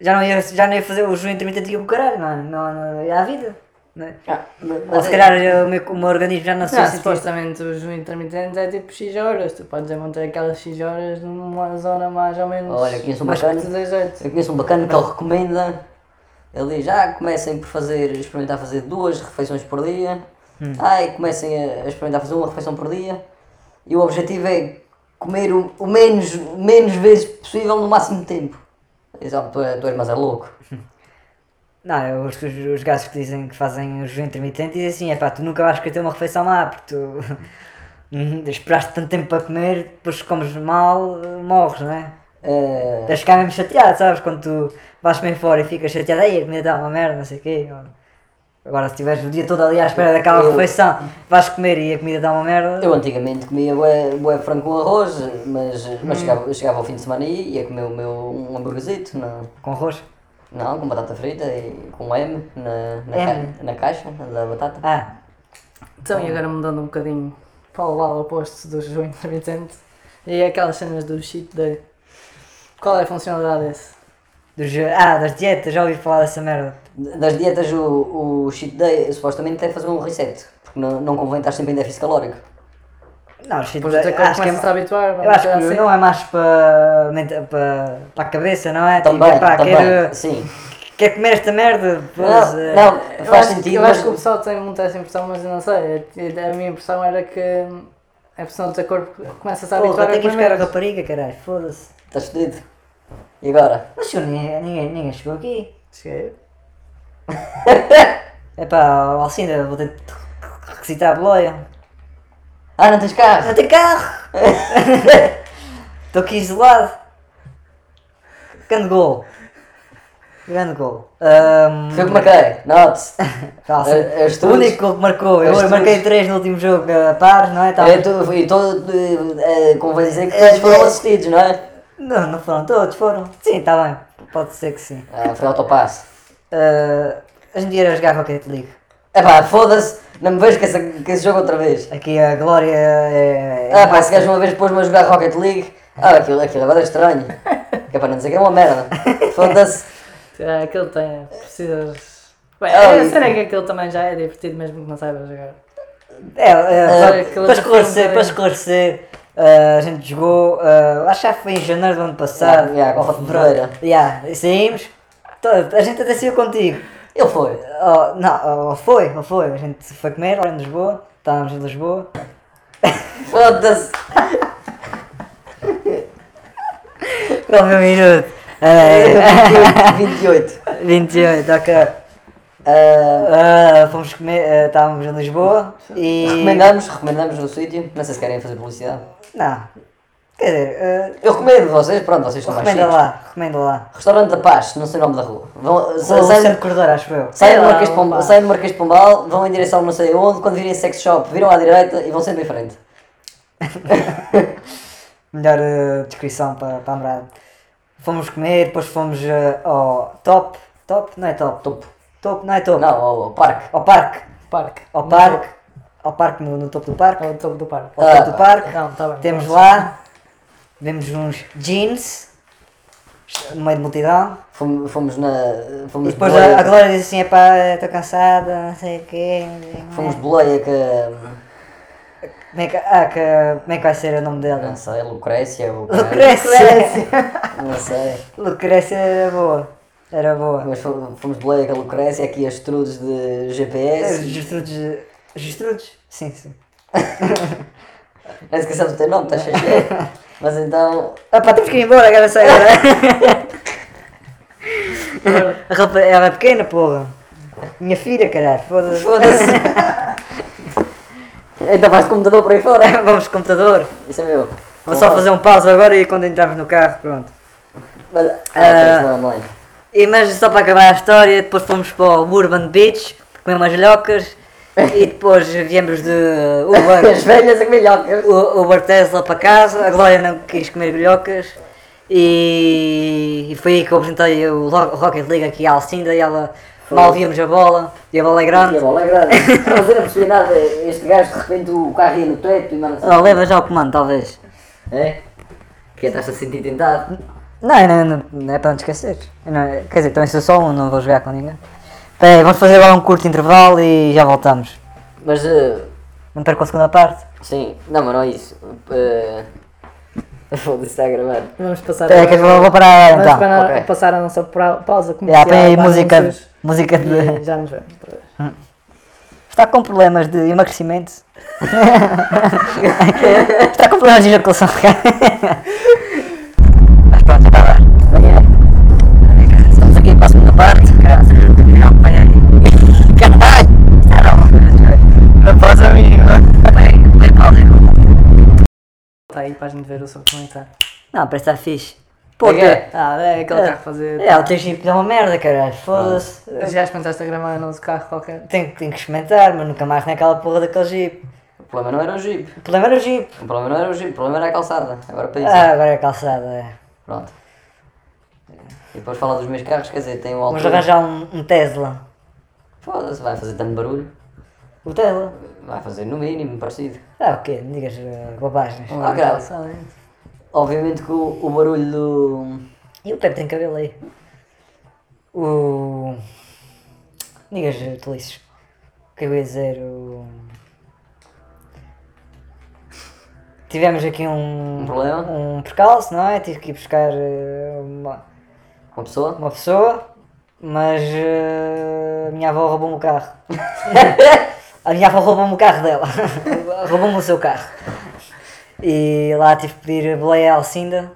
Speaker 2: já, não ia, já não ia fazer o jejum intermitente e o caralho, mano. Não, não, é a vida. né?
Speaker 1: Ah, mas-
Speaker 2: Ou
Speaker 1: mas
Speaker 2: se
Speaker 1: é-
Speaker 2: calhar eh, o meu, o meu organismo já não
Speaker 3: Não,
Speaker 2: se sentir.
Speaker 3: supostamente os intermitentes é tipo X horas, tu podes manter aquelas X horas numa zona mais ou menos.
Speaker 1: Olha, conheço um
Speaker 3: mais
Speaker 1: bacana.
Speaker 3: que tu desejas.
Speaker 1: Eu conheço um bacana que ele recomenda. Ele diz, ah, comecem por fazer, experimentar fazer duas refeições por dia. Ai, comecem a a experimentar fazer uma refeição por dia. E o objetivo é comer o, o menos, menos vezes possível no máximo tempo. Exato, tu, é- tu és mas é louco.
Speaker 2: Não, eu- os, os, os gajos que dizem que fazem o jejum intermitente dizem assim, é pá, tu nunca vais querer ter uma refeição má, porque tu hum, esperaste tanto tempo para comer, depois comes mal, eh, morres, não é?
Speaker 1: É,
Speaker 2: Estás ficar mesmo chateado, sabes? Quando tu vais comer fora e ficas chateado, aí a comida está uma merda, não sei o quê. Agora se estiveres o dia todo ali à espera daquela
Speaker 1: Eu-
Speaker 2: refeição, vais comer e a comida está uma merda.
Speaker 1: eu antigamente comia bué, bué frango com arroz, mas, mas chegava, chegava ao fim de semana e ia comer o meu, um hamburguesito. Não.
Speaker 2: Com arroz.
Speaker 1: Não, com batata frita e com M na, na,
Speaker 2: M.
Speaker 1: Ca, na caixa da batata.
Speaker 2: Ah,
Speaker 3: Então, e agora mudando um bocadinho para o lado oposto do jejum intermitente, e é aquelas cenas do cheat day. Qual é a funcionalidade desse?
Speaker 2: dos, ah, das dietas, já ouvi falar dessa merda.
Speaker 1: Das dietas, o, o cheat day supostamente é fazer um reset, porque não, não convém estar sempre em déficit calórico.
Speaker 2: Não, os
Speaker 3: Depois até que
Speaker 2: acho que é
Speaker 3: começas a te habituar,
Speaker 2: Eu acho que
Speaker 3: assim.
Speaker 2: não é mais para menta- para para a cabeça, não é? Tipo,
Speaker 1: Também,
Speaker 2: epá,
Speaker 1: também,
Speaker 2: Quero,
Speaker 1: sim.
Speaker 2: quero comer esta merda. pois, eh,
Speaker 1: não,
Speaker 3: Eu
Speaker 1: não, faz
Speaker 3: acho-
Speaker 1: sentido,
Speaker 3: Eu
Speaker 1: mas
Speaker 3: acho que o pessoal tem muito essa impressão, mas eu não sei. É A- A minha impressão era que a pessoa do teu corpo começa-se a
Speaker 1: é
Speaker 2: Porra,
Speaker 3: habituar a
Speaker 2: tenho que ir buscar a
Speaker 3: comer. menos.
Speaker 2: rapariga, caralho, foda-se.
Speaker 1: estás fodido. tá E agora?
Speaker 2: Mas senhor, ninguém, ninguém, ninguém chegou aqui.
Speaker 3: Cheguei.
Speaker 2: Epá, Alcinda, vou ter que requisitar a boleia.
Speaker 1: Ah, não tens carro?
Speaker 2: Não tem carro! Estou aqui isolado. Grande gol. Grande gol. Ahm,
Speaker 1: Foi o que marquei, note-se.
Speaker 2: pá, assim,
Speaker 1: é- é os
Speaker 2: o
Speaker 1: todos.
Speaker 2: único gol que marcou. Eu
Speaker 1: É os
Speaker 2: marquei
Speaker 1: todos.
Speaker 2: 3 no último jogo a par, não é?
Speaker 3: Tá.
Speaker 2: Tava-
Speaker 1: É, tu- E todo, eh, eh, convém dizer que todos
Speaker 2: É, é.
Speaker 1: foram assistidos, não é?
Speaker 2: Não, não foram todos, foram. Sim, está bem. Pode ser que sim.
Speaker 1: Ah, foi autopasse.
Speaker 2: Ah, hoje em dia era jogar Rocket League.
Speaker 1: Epá, foda-se, não me vejo com esse, com esse jogo outra vez.
Speaker 2: Aqui a Glória é.
Speaker 1: Ah, pá, se gajo uma vez pôs-me a jogar Rocket League. Ah, aquilo, aquilo agora é estranho. Que é para não dizer que é uma merda. Foda-se.
Speaker 3: É, Aquilo tem. Precisas. Bem,
Speaker 1: Ah,
Speaker 3: a
Speaker 1: e-
Speaker 3: cena é que aquilo também já é divertido, mesmo que não saibas jogar.
Speaker 2: É, é,
Speaker 3: Ah,
Speaker 2: para-
Speaker 3: aquele
Speaker 2: para esclarecer,
Speaker 3: filme
Speaker 2: para
Speaker 3: também.
Speaker 2: esclarecer, ah, a gente jogou, ah, acho que já foi em janeiro do ano passado.
Speaker 1: Yeah, yeah, Copa de Fevereiro.
Speaker 2: Yeah, e saímos, to- a gente até saiu contigo.
Speaker 1: Ele foi.
Speaker 2: Oh, não, oh, foi, oh, foi, a gente foi comer lá em Lisboa, estávamos em Lisboa.
Speaker 1: Foda-se.
Speaker 2: Qual foi o um minuto? Ah,
Speaker 1: 28.
Speaker 2: 28, ok.
Speaker 1: Ah,
Speaker 2: Ah, fomos comer, ah, estávamos em Lisboa e.
Speaker 1: recomendamos, recomendamos no sítio. Não sei se querem fazer publicidade.
Speaker 2: Não, quer dizer, ah,
Speaker 1: Eu recomendo vocês, pronto, vocês estão mais
Speaker 2: recomenda
Speaker 1: chiques.
Speaker 2: lá, recomenda lá.
Speaker 1: Restaurante da Paz, não sei o nome da rua. Vão, sa-
Speaker 2: Ou Santo
Speaker 1: saiam-
Speaker 2: Corredor, acho eu. um
Speaker 1: Saiam do,
Speaker 3: Sei lá,
Speaker 1: Marquês de Pombal,
Speaker 3: opa.
Speaker 1: saiam do Marquês de Pombal, vão em direção não sei onde, quando virem sex shop, viram à direita e vão sempre em frente.
Speaker 2: melhor eh, descrição para, para a morada. Fomos comer, depois fomos eh, ao top, top, não é top,
Speaker 1: Topo.
Speaker 2: top, não é top,
Speaker 1: Não, ao, ao parque.
Speaker 2: ao parque,
Speaker 3: Parque.
Speaker 2: ao parque, ao parque no, no topo do parque,
Speaker 3: É
Speaker 2: ao
Speaker 3: o topo do parque.
Speaker 1: Ah,
Speaker 2: topo do parque,
Speaker 3: Não, tá bem.
Speaker 2: temos lá, vemos uns jeans, no meio de multidão,
Speaker 1: Fomos, fomos na. Fomos
Speaker 2: e depois
Speaker 1: de boleia-
Speaker 2: a, a Glória diz assim, epá, estou cansada, não sei o quê,
Speaker 1: Fomos de boleia que.
Speaker 2: como é que, ah, que- como é que vai ser o nome dela?
Speaker 1: Não sei, Lucrécia ou.
Speaker 2: Lucrécia!
Speaker 1: Não sei.
Speaker 2: Lucrécia era boa, era boa.
Speaker 1: Mas fo- fomos de boleia com a Lucrécia, aqui as trudes de GPS.
Speaker 2: Gestrudes. Gestrudes? É, Sim, sim.
Speaker 1: Nem esquecemos o teu nome, estás cheio. Mas então.
Speaker 2: Opa, temos que ir embora, agora sai agora. A roupa, ela é pequena, porra. Minha filha, caralho, foda-se.
Speaker 1: Foda-se! Ainda vais com o computador por aí fora?
Speaker 2: Vamos de computador.
Speaker 1: Isso é meu.
Speaker 2: Vou só fazer um pausa agora e quando entrarmos no carro, pronto.
Speaker 1: Mas, ah,
Speaker 2: Ah.
Speaker 1: tens de dar online.
Speaker 2: E mas só para acabar a história, depois fomos para o Urban Beach, comer umas lhocas e depois viemos de
Speaker 1: As
Speaker 2: Uber,
Speaker 1: velhas é que melhor.
Speaker 2: U- Uber Tesla para casa, a Glória não quis comer bilhocas e, e foi aí que eu apresentei o Lo- Rocket League aqui à Alcinda e ela mal víamos a bola e a bola é
Speaker 1: E a
Speaker 2: grande.
Speaker 1: bola é grande. Mas eu não percebi nada. Este gajo de repente o carro ia no teto e manda
Speaker 2: Oh, leva já o comando, talvez.
Speaker 1: É? Que é, estás-te a sentir tentado?
Speaker 2: é, Não, não, não, não é para não te esquecer. Eu não- quer dizer, também sou só um, não vou jogar com ninguém. Bem, vamos fazer agora um curto intervalo e já voltamos.
Speaker 1: Mas, eh,
Speaker 2: Não percam a segunda parte.
Speaker 1: sim, não, mas não é isso. Eh, Foda-se, está a gravar.
Speaker 3: Vamos passar
Speaker 2: Espera, que É, eu vou- vou parar
Speaker 3: Vamos
Speaker 2: então. É,
Speaker 3: para
Speaker 1: ok.
Speaker 3: passar a nossa pra- pausa comercial.
Speaker 2: Já, põe aí
Speaker 3: para
Speaker 2: música,
Speaker 3: anúncios
Speaker 2: música de...
Speaker 3: E já nos vemos. outra vez.
Speaker 2: Está com problemas de emagrecimento? Está com problemas de ejaculação? Mas pronto, está lá. Estamos aqui para a segunda parte. Graças a Deus, não apanhei. Caralho! Está bom. Não posso ouvir. Bem, bem, Paulo.
Speaker 3: Está Tá aí para a gente ver o som como é que está.
Speaker 2: Não, parece que está fixe.
Speaker 1: Pô, que-
Speaker 3: Ah, é aquele carro a fazer.
Speaker 2: É, o teu chip é uma merda, caralho. Foda-se.
Speaker 3: Já experimentaste a gravar no nosso carro qualquer?
Speaker 2: Tenho, tenho que experimentar, mas nunca mais naquela porra daquele jeep.
Speaker 1: O problema não era o jeep.
Speaker 2: O problema era o jeep.
Speaker 1: O problema não era o jeep, o problema era a calçada. Agora pensa.
Speaker 2: Ah, agora é a calçada. é.
Speaker 1: Pronto. E depois falar dos meus carros, quer dizer, tem um
Speaker 2: Vamos
Speaker 1: altura.
Speaker 2: arranjar um, um Tesla.
Speaker 1: Foda-se, vai fazer tanto barulho.
Speaker 2: O Tesla?
Speaker 1: Vai fazer no mínimo, parecido.
Speaker 2: Ah, o quê? Não digas eh, bobagens.
Speaker 1: Ah, caralho. Obviamente que o, o barulho do.
Speaker 2: E o Pepe tem cabelo aí. O. Não Digas eh, tolices. O que eu ia dizer? O... Tivemos aqui um.
Speaker 1: Um problema?
Speaker 2: Um percalço, não é? Tive que ir buscar eh, uma,
Speaker 1: Uma pessoa?
Speaker 2: uma pessoa, mas eh, a minha avó roubou-me o carro. a minha avó roubou-me o carro dela. roubou-me o seu carro. E lá tive que pedir boleia à Alcinda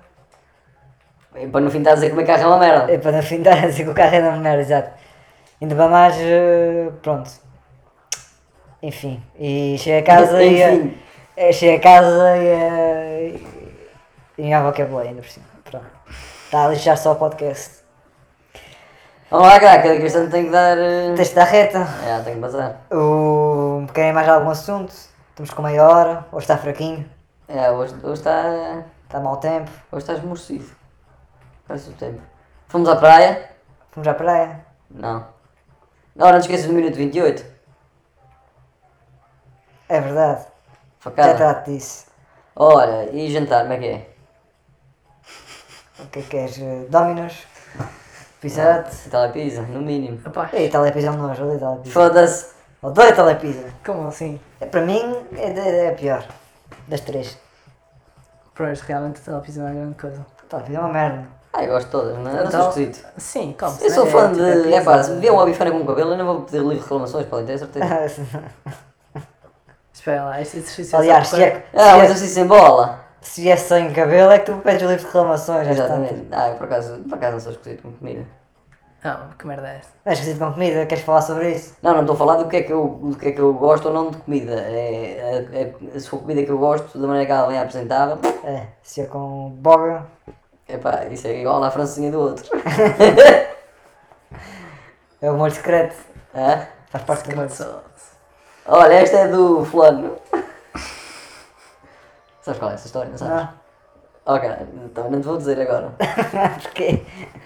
Speaker 1: E para no fim estar a dizer que o meu carro é uma merda.
Speaker 2: é para não findar assim que o carro é na merda, exato. Ainda para mais, eh, pronto. Enfim, e cheguei a casa e.
Speaker 1: Enfim.
Speaker 2: eh, cheguei a casa e. eh, e minha avó quer boleia ainda por cima. Pronto. Está a lixar só o podcast.
Speaker 1: Vamos lá, cara, cada questão tem que dar. eh,
Speaker 2: Tens de dar reta.
Speaker 1: É, tem que passar.
Speaker 2: O... Querem mais algum assunto? Estamos com meia hora, hoje está fraquinho,
Speaker 1: É, hoje, hoje está.
Speaker 2: está mau tempo,
Speaker 1: Hoje estás morcido. Parece o tempo. Fomos à praia?
Speaker 2: vamos à praia.
Speaker 1: Não. Não, não te esqueças do minuto 28.
Speaker 2: É verdade, já
Speaker 1: Facada.
Speaker 2: trato disso.
Speaker 1: Ora, e jantar, como é que é?
Speaker 2: O que é que queres? eh, Dominos? Pizza Hut?
Speaker 1: Telepisa, no mínimo.
Speaker 3: Rapaz,
Speaker 2: Ei, telepizza não, odeio telepizza.
Speaker 1: Foda-se.
Speaker 2: Odeio telepizza.
Speaker 3: como assim?
Speaker 2: É, para mim é, de- é a pior das três.
Speaker 3: Pois, realmente a televisão não é grande coisa.
Speaker 2: Telepizza é uma merda.
Speaker 1: Ah, eu gosto de todas, não é? Eu sou
Speaker 3: Então-
Speaker 1: esquisito.
Speaker 3: Sim, tipo, como
Speaker 1: Eu sou fã de. É pá,
Speaker 3: pá.
Speaker 1: se me vier uma bifana com cabelo, eu não vou pedir livre reclamações, podem ter certeza. Ah,
Speaker 3: Espera lá, este exercício
Speaker 2: Aliás,
Speaker 3: só
Speaker 2: se é,
Speaker 3: para-
Speaker 1: Ah, um
Speaker 2: se,
Speaker 1: exercício sem bola!
Speaker 2: é, se é sem cabelo é que tu pedes o livro de reclamações. Exatamente.
Speaker 1: Exatamente. Ah, eu por acaso, por acaso não sou esquisito com comida.
Speaker 3: Não, que merda é esta?
Speaker 2: Mas esquisito com comida, queres falar sobre isso?
Speaker 1: Não, não estou a falar do que, é que eu, do que é que eu gosto ou não de comida. É, é- é- se for comida que eu gosto, da maneira que ela vem apresentada,
Speaker 2: É, se é com boga.
Speaker 1: é pá, isso é igual à francesinha do outro.
Speaker 2: É o molho secreto.
Speaker 1: Hã?
Speaker 2: Faz parte do molho.
Speaker 1: Olha, esta é do fulano. Sabes qual é essa história? Não sabes?
Speaker 2: Não.
Speaker 1: Ok, então não te vou dizer agora.
Speaker 2: Porquê?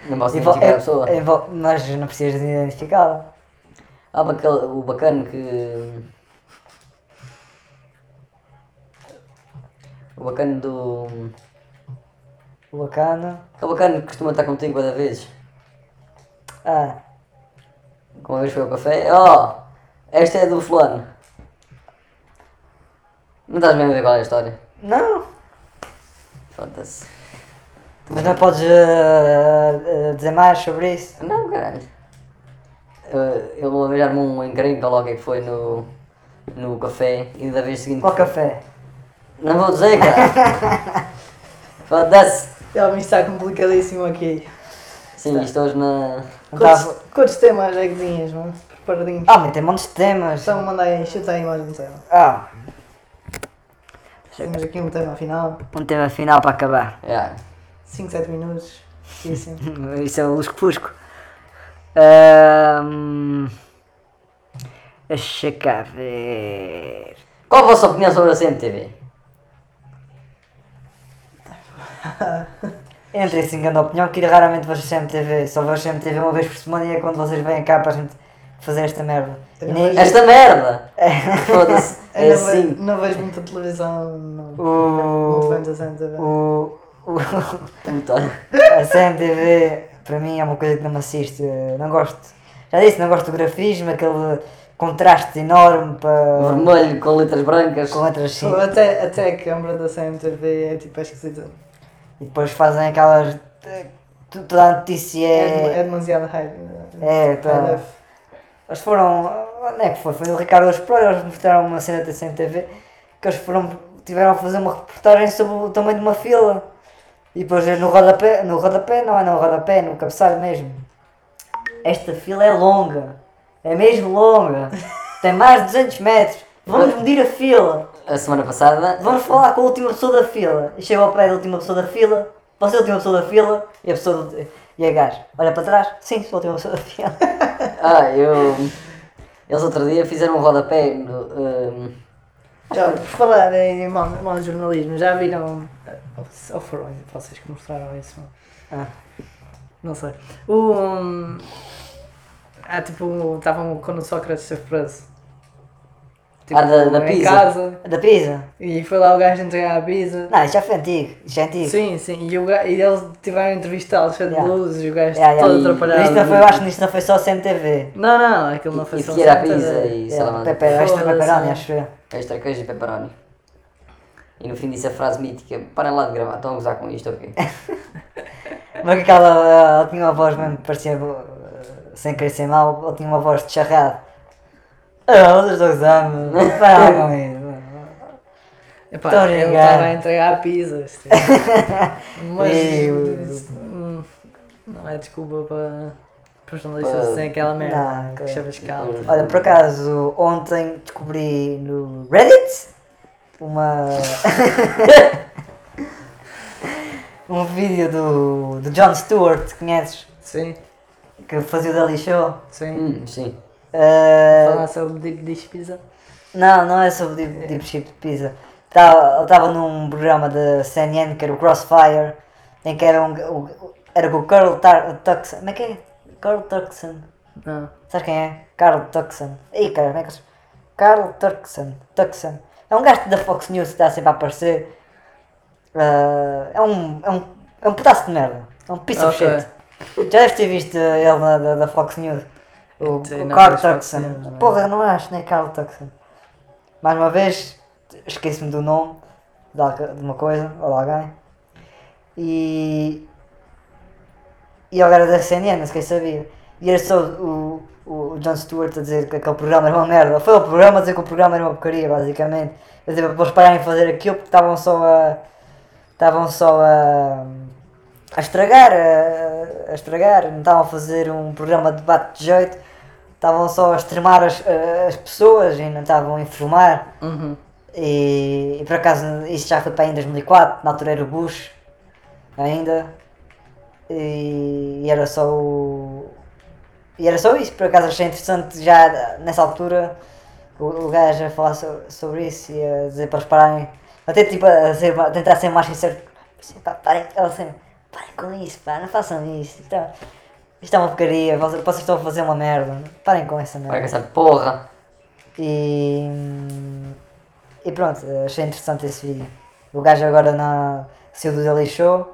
Speaker 1: Não posso
Speaker 2: Envol-
Speaker 1: identificar a
Speaker 2: é-
Speaker 1: pessoa.
Speaker 2: envol- mas não precisas de identificá-la.
Speaker 1: Há uma que- o bacana que. O bacana do.
Speaker 2: O Bacana.
Speaker 1: Aquele bacana que costuma estar contigo cada vez.
Speaker 2: Ah,
Speaker 1: Como uma vez foi ao café. Oh! Esta é do fulano. Não estás bem a ver qual é a história.
Speaker 2: não!
Speaker 1: Foda-se.
Speaker 2: Mas não podes eh, eh, dizer mais sobre isso?
Speaker 1: Não, caralho. Eh, Ele uma vez armou um encrenca logo é que foi no. no café e da vez seguinte.
Speaker 2: Qual café?
Speaker 1: Não vou dizer, cara! Foda-se!
Speaker 3: Ele me está complicadíssimo aqui.
Speaker 2: Tá.
Speaker 1: Sim, isto hoje na.
Speaker 2: Dava-
Speaker 3: Quantos, quantos temas é que tinhas, mano? Preparadinhos.
Speaker 2: Tá Ah, mas tem montes de temas.
Speaker 3: Só me mandei, chuta a imagem dela.
Speaker 2: Ah,
Speaker 3: Temos aqui um tema final,
Speaker 2: um tema final para acabar.
Speaker 1: Yeah.
Speaker 3: 5, 7 minutos. Sim,
Speaker 2: Isso é o lusco-fusco. Ahm, Deixa cá ver.
Speaker 1: Qual a vossa opinião sobre a CMTV?
Speaker 2: Entre em engano a assim, opinião que raramente vejo CMTV. Só vejo CMTV uma vez por semana e é quando vocês vêm cá para a gente fazer esta merda. E nem-
Speaker 1: Esta merda! Foda-se! É
Speaker 3: Eu não, ve-
Speaker 1: assim!
Speaker 3: não vejo muita televisão, não. Muito
Speaker 2: O,
Speaker 3: bem da Santa, velho.
Speaker 2: o, o-
Speaker 1: Puta!
Speaker 2: a CMTV para mim é uma coisa que não me assiste, não gosto. Já disse, não gosto do grafismo, aquele contraste enorme para.
Speaker 1: Vermelho com letras brancas.
Speaker 2: com letras sim.
Speaker 3: Pô, Até, até a câmara da CMTV é tipo é esquisita.
Speaker 2: E depois fazem aquelas. tu- toda a notícia
Speaker 3: É,
Speaker 2: é.
Speaker 3: é demasiado hype. né?
Speaker 2: É, tá.
Speaker 3: Hype.
Speaker 2: Eles foram. Onde é que foi? Foi o Ricardo Explorer, eles mostraram uma cena da CMTV que eles foram. tiveram a fazer uma reportagem sobre o tamanho de uma fila. E depois é no rodapé, no rodapé, não é no rodapé, no cabeçalho mesmo. Esta fila é longa. É mesmo longa. Tem mais de 200 metros. Vamos medir a fila.
Speaker 1: A semana passada.
Speaker 2: Vamos falar com a última pessoa da fila. E chega ao pé da última pessoa da fila. Você é a última pessoa da fila. E a pessoa do... E a gajo olha para trás. Sim, sou a última pessoa da fila.
Speaker 1: Ah, eu. Eles outro dia fizeram um rodapé no. hum,
Speaker 3: Já, por falar em mal, mal jornalismo, já viram. uh, Ou foram vocês que mostraram isso?
Speaker 2: Ah.
Speaker 3: Não sei. O. hum, ah, tipo, estavam quando o Sócrates esteve preso. Tipo,
Speaker 1: Ah, da- da
Speaker 3: em
Speaker 1: pizza.
Speaker 3: casa.
Speaker 2: Da pizza.
Speaker 3: E foi lá o gajo entregar a pizza.
Speaker 2: Não, isso já foi antigo, isso é antigo.
Speaker 3: Sim, sim. E, o ga- e eles tiveram a entrevistá-lo cheio de
Speaker 2: Yeah.
Speaker 3: luzes e o gajo
Speaker 2: Yeah, yeah.
Speaker 3: todo
Speaker 2: E-
Speaker 3: atrapalhado.
Speaker 2: Isto não foi, eu acho que isto não foi só CMTV.
Speaker 3: Não, não, aquilo não foi
Speaker 1: E
Speaker 3: só
Speaker 1: tirar a
Speaker 3: assim,
Speaker 1: pizza
Speaker 3: toda-
Speaker 1: e sei lá.
Speaker 2: É, Pepe, esta
Speaker 3: Foda-se.
Speaker 2: pepperoni, acho eu.
Speaker 1: Extra queijo e pepperoni. E no fim disse a frase mítica: parem lá de gravar, estão a gozar com isto, ok?
Speaker 2: Mas aquela, ah, ela tinha uma voz mesmo, parecia, ah, sem querer ser mal, ela tinha uma voz de charrado. Ah, outros dois anos, vai lá com isso.
Speaker 3: Epá,
Speaker 2: Tô
Speaker 3: ele
Speaker 2: ligado.
Speaker 3: estava a entregar pizzas. tipo. Mas
Speaker 2: Eu-
Speaker 3: isso, hum, não é desculpa para, para os jornalistas
Speaker 1: Para-
Speaker 3: dizerem aquela merda
Speaker 2: Não,
Speaker 3: que
Speaker 2: ok.
Speaker 3: chavascal.
Speaker 2: Olha, por acaso, ontem descobri no Reddit uma. um vídeo do, do John Stewart, conheces?
Speaker 3: Sim,
Speaker 2: Que fazia o Daily Show.
Speaker 3: sim.
Speaker 1: Hum, sim.
Speaker 2: Ah,
Speaker 3: Falar sobre deep dish pizza.
Speaker 2: Não, não é sobre deep, deep chip de pizza. Estava tava num programa da CNN que era o Crossfire, em que era um. o- era com o Carl Tar- Tuckson. Como é que é? Carl Tuckson.
Speaker 3: Não.
Speaker 2: Sabes quem é? Carl Tuckson. Ih, cara, como é que se- Carl Tuckson. Tuckson. É um gajo da Fox News que está sempre a aparecer. Ah, é um. É um, é um pedaço de merda. É um piece
Speaker 3: Ok.
Speaker 2: of shit. Já deves ter visto ele na- da, da Fox News. O,
Speaker 3: Sim,
Speaker 2: o
Speaker 3: não,
Speaker 2: Carl
Speaker 3: mas Fox
Speaker 2: Tuckson.
Speaker 3: News, não é?
Speaker 2: Porra, não acho, né? Carl Tuckson. Mais uma vez, esqueci-me do nome de algu- de uma coisa ou de alguém. E e ele era da CNN, não sequer sabia. E era só o, o, o John Stewart a dizer que aquele programa era uma merda. Foi o programa a dizer que o programa era uma porcaria, basicamente. A dizer para eles pararem de fazer aquilo porque estavam só a. estavam só a. a estragar, a, a estragar. Não estavam a fazer um programa de debate de jeito. Estavam só a extremar as, as pessoas e não estavam a informar.
Speaker 3: Uhum.
Speaker 2: E, e por acaso isso já foi para aí em 2004, na altura era o Bush ainda. E, e era só o. E era só isso, por acaso achei interessante já nessa altura o, o gajo a falar so- sobre isso e a dizer para eles pararem. Até tipo a, ser ma- tentar ser mais sincero. Assim, pá, Parem, ela assim, parem com isso, pá, não façam isso. Isto é, isto é uma porcaria, vocês, vocês estão a fazer uma merda. Parem com essa merda.
Speaker 1: Para essa porra.
Speaker 2: E, e pronto, achei interessante esse vídeo. O gajo agora na saiu do Daily Show